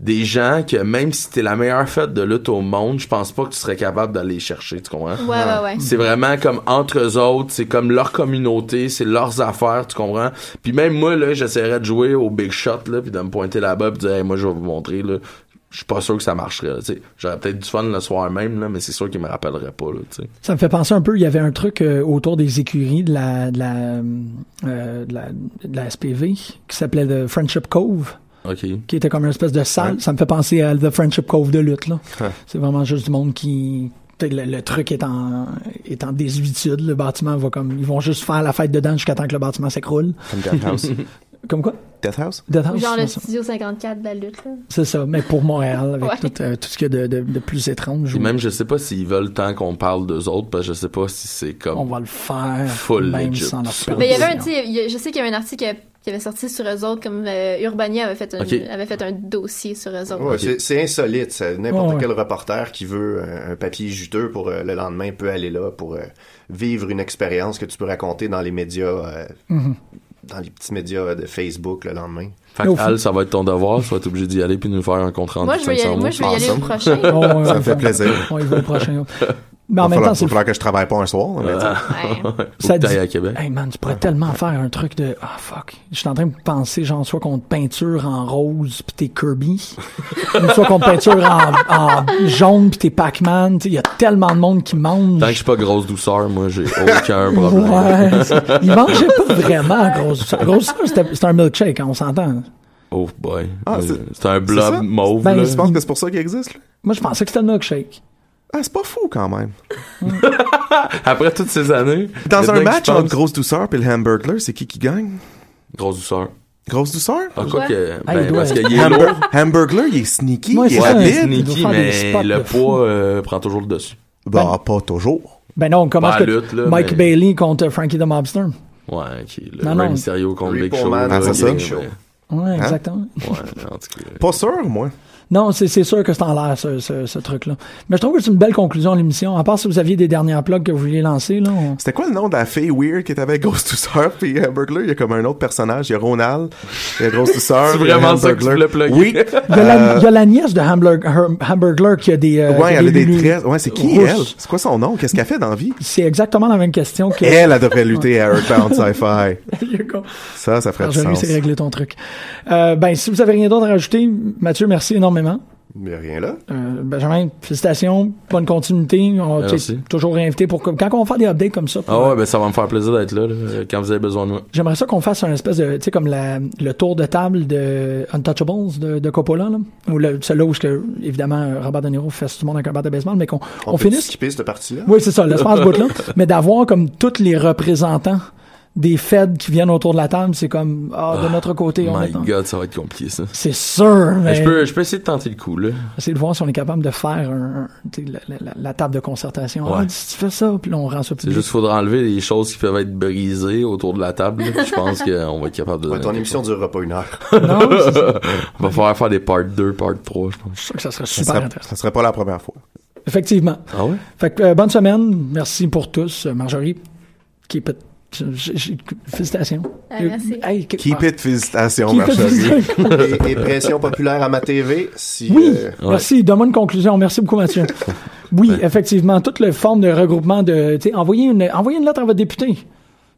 des gens que même si t'es la meilleure fête de lutte au monde, je pense pas que tu serais capable d'aller chercher, tu comprends? Ouais, ouais, ouais. C'est vraiment comme entre eux autres, c'est comme leur communauté, c'est leurs affaires, tu comprends? Puis même moi, là, j'essaierais de jouer au big shot, là, puis de me pointer là-bas, puis de dire, Hey, moi, je vais vous montrer, là. Je suis pas sûr que ça marcherait, là, tu sais. J'aurais peut-être du fun le soir même, là, mais c'est sûr qu'ils me rappelleraient pas, là, tu sais. Ça me fait penser un peu, il y avait un truc euh, autour des écuries de la, de la, euh, de la, de la SPV qui s'appelait The Friendship Cove. OK. qui était comme une espèce de salle. Ça me fait penser à The Friendship Cove de lutte. Là. Ouais. C'est vraiment juste du monde qui. t'sais, Le, le truc est en, est en désuétude. Le bâtiment va comme. Ils vont juste faire la fête dedans jusqu'à temps que le bâtiment s'écroule. Comme Death House. comme quoi Death House Death Ou House, Genre c'est le Ah ça. studio 54 de la lutte, là. C'est ça, mais pour Montréal, avec Ouais. tout, euh, tout ce qu'il y a de, de- de plus étrange. Puis même, je sais pas s'ils veulent tant qu'on parle d'eux autres, parce que je sais pas si c'est comme. On va le faire. Full même legit. sans leur Mais il y avait un, tu sais, il y a- je sais qu'il y avait un article qui a- qui avait sorti sur eux autres, comme euh, Urbania avait fait, un, Ok. avait fait un dossier sur eux autres. Ouais, c'est- C'est insolite. ça. N'importe Ouais, ouais. quel reporter qui veut euh, un, un papier juteux pour euh, le lendemain peut aller là pour euh, vivre une expérience que tu peux raconter dans les médias, euh, Mhm. dans les petits médias de Facebook le lendemain. Fait que, Al, ça va être ton devoir, tu vas être obligé d'y aller puis nous faire un compte rendu. Moi, je veux y aller- moi, je veux y aller le prochain. Oh, ouais, ouais, ouais. On y va le prochain. Mais en même temps, c'est Il va falloir que je travaille pas un soir. on va Ah. dire. Ça dit- à Québec. Hey man, tu pourrais tellement faire un truc de ah fuck. Je suis en train de penser genre soit qu'on te peinture en rose pis t'es Kirby, ou soit qu'on te peinture en, en jaune pis t'es Pac-Man. Tu sais, Il y a tellement de monde qui mange. Tant que je suis pas grosse douceur, moi, j'ai aucun problème. Ouais, c'est- ils mangeaient pas vraiment grosse douceur. Grosse douceur, c'était- c'était un milkshake, hein, on s'entend. Oh boy. Ah, c'est- c'est un C'est blob ça? mauve. Ben, là. je pense que c'est pour ça qu'il existe. là. Moi, je pensais que c'était le milkshake. Ah, c'est pas fou quand même. Après toutes ces années. Dans maintenant un que match je pense- entre Grosse Douceur et le Hamburglar, c'est qui qui gagne Grosse Douceur. Grosse Douceur Ah, quoi que- ben, Ah, il doit- parce qu'il est Hamburg- lourd. Hamburglar, il est sneaky, Ouais, il est c'est ça, rapide. il doit Nicky, faire des spots mais le de fou. poids euh, prend toujours le dessus. Bah, pas toujours. Ben non, comment Pas est-ce que la lutte, là, Mike mais- Bailey contre Frankie the Mobster? Ouais, ok. Le Non, non, non. Mysterio contre Ray Big Show. Pullman, là, Ah, c'est ça? mais- Show. Ouais, Hein? exactement. Ouais, en tout cas. Pas sûr, moi. Non, c'est c'est sûr que c'est en l'air, ce, ce- ce truc-là. Mais je trouve que c'est une belle conclusion à l'émission. À part si vous aviez des dernières plugs que vous vouliez lancer, là. on- C'était quoi le nom de la fille weird qui était avec Grosse Douceur puis Hamburglar? Il y a comme un autre personnage. Il y a Ronald, il y a Grosse Douceur. C'est il y a vraiment ça que tu Hamburglar. voulais plugger? Oui. Il y, a la, Euh, il y a la nièce de Hamburg- Her- Hamburglar qui a des. euh, ouais, qui a elle a des lulu- tresses. Ouais, c'est qui rousses. elle? C'est quoi son nom? Qu'est-ce qu'elle fait dans la vie? C'est exactement la même question que. Elle, elle devrait lutter à Earthbound Sci-Fi. Il y a con. Ça, ça ferait Alors, du Jean-Louis, sens. c'est réglé ton truc. Euh, ben, si vous avez rien d'autre à rajouter, Mathieu, merci énormément. Mais rien là. Euh, Benjamin, félicitations, bonne continuité. On, tu sais, Merci. toujours réinvité pour que- quand on fait des updates comme ça. pour- Ah ouais, ben ça va me faire plaisir d'être là, là, euh, quand vous avez besoin de moi. J'aimerais ça qu'on fasse un espèce de, tu sais, comme la- le tour de table de Untouchables de, de Coppola, là. Ou le, celui-là où, ce que, évidemment, Robert De Niro fait tout le monde avec un bat de baseball, mais qu'on on peut finisse. skipper cette partie-là. Oui, c'est ça, l'espace bout là. Mais d'avoir comme tous les représentants des feds qui viennent autour de la table, c'est comme, ah, de Ah, notre côté, on My est en- God, ça va être compliqué, ça. Ben, C'est sûr, mais- Je peux, je peux essayer de tenter le coup, là. Essayer de voir si on est capable de faire un- un- tu sais, la, la- la- la table de concertation. Ouais. Ah, si tu fais ça, puis là, on rend ça C'est public. juste qu'il faudra enlever les choses qui peuvent être brisées autour de la table. là. Je pense qu'on va être capable de. Ouais, ton émission durera pas une heure. Non, c'est ça. On va falloir faire des parts 2, part 3, je pense. que ça serait super intéressant. Ça serait pas la première fois. Effectivement. Ah ouais? Fait que, euh, bonne semaine. Merci pour tous. Euh, Marjorie, keep it. J- j- euh, Félicitations. Ah, merci. Hey, que- Keep it, félicitations, Keep it, Marjorie. félicitations. Et, et pression populaire à ma TV, si... Oui, euh, merci. Donne-moi une conclusion. Merci beaucoup, Mathieu. Oui, effectivement, toute la forme de regroupement de. tu sais, Envoyez une, envoyez une lettre à votre député.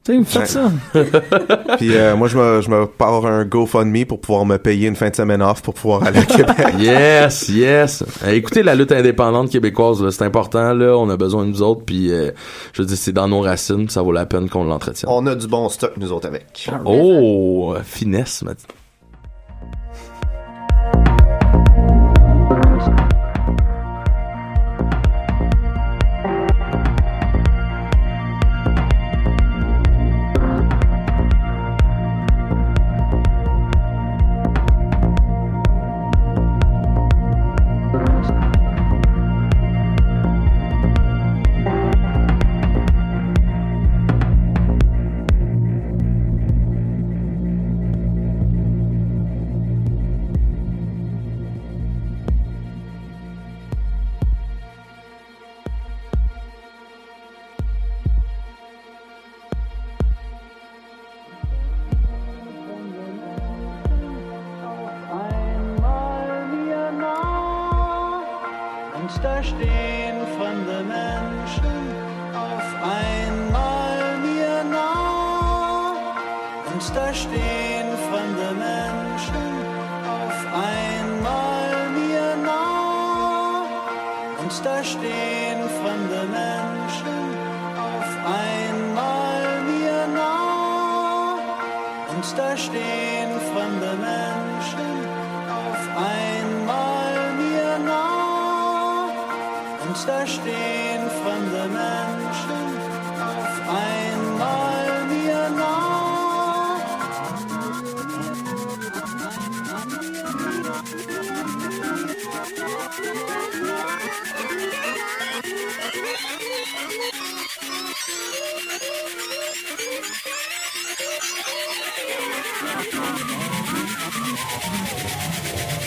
Tu sais, vous faites Ouais. ça. Puis euh, moi, je me, je me pars un GoFundMe pour pouvoir me payer une fin de semaine off pour pouvoir aller à Québec. Yes, yes. Euh, Écoutez la lutte indépendante québécoise, là, c'est important. Là, on a besoin de nous autres. Puis, euh, je veux dire, c'est dans nos racines. puis Ça vaut la peine qu'on l'entretienne. on a du bon stock, nous autres, avec. Oh, finesse, Mathieu. Und da stehen fremde Menschen auf einmal mir nah. Und da stehen fremde Menschen auf einmal mir nah. Und da stehen fremde Menschen auf einmal mir nah. Und da stehen fremde Menschen auf einmal mir nah. Und da stehen fremde Menschen auf einmal mir nah. Thank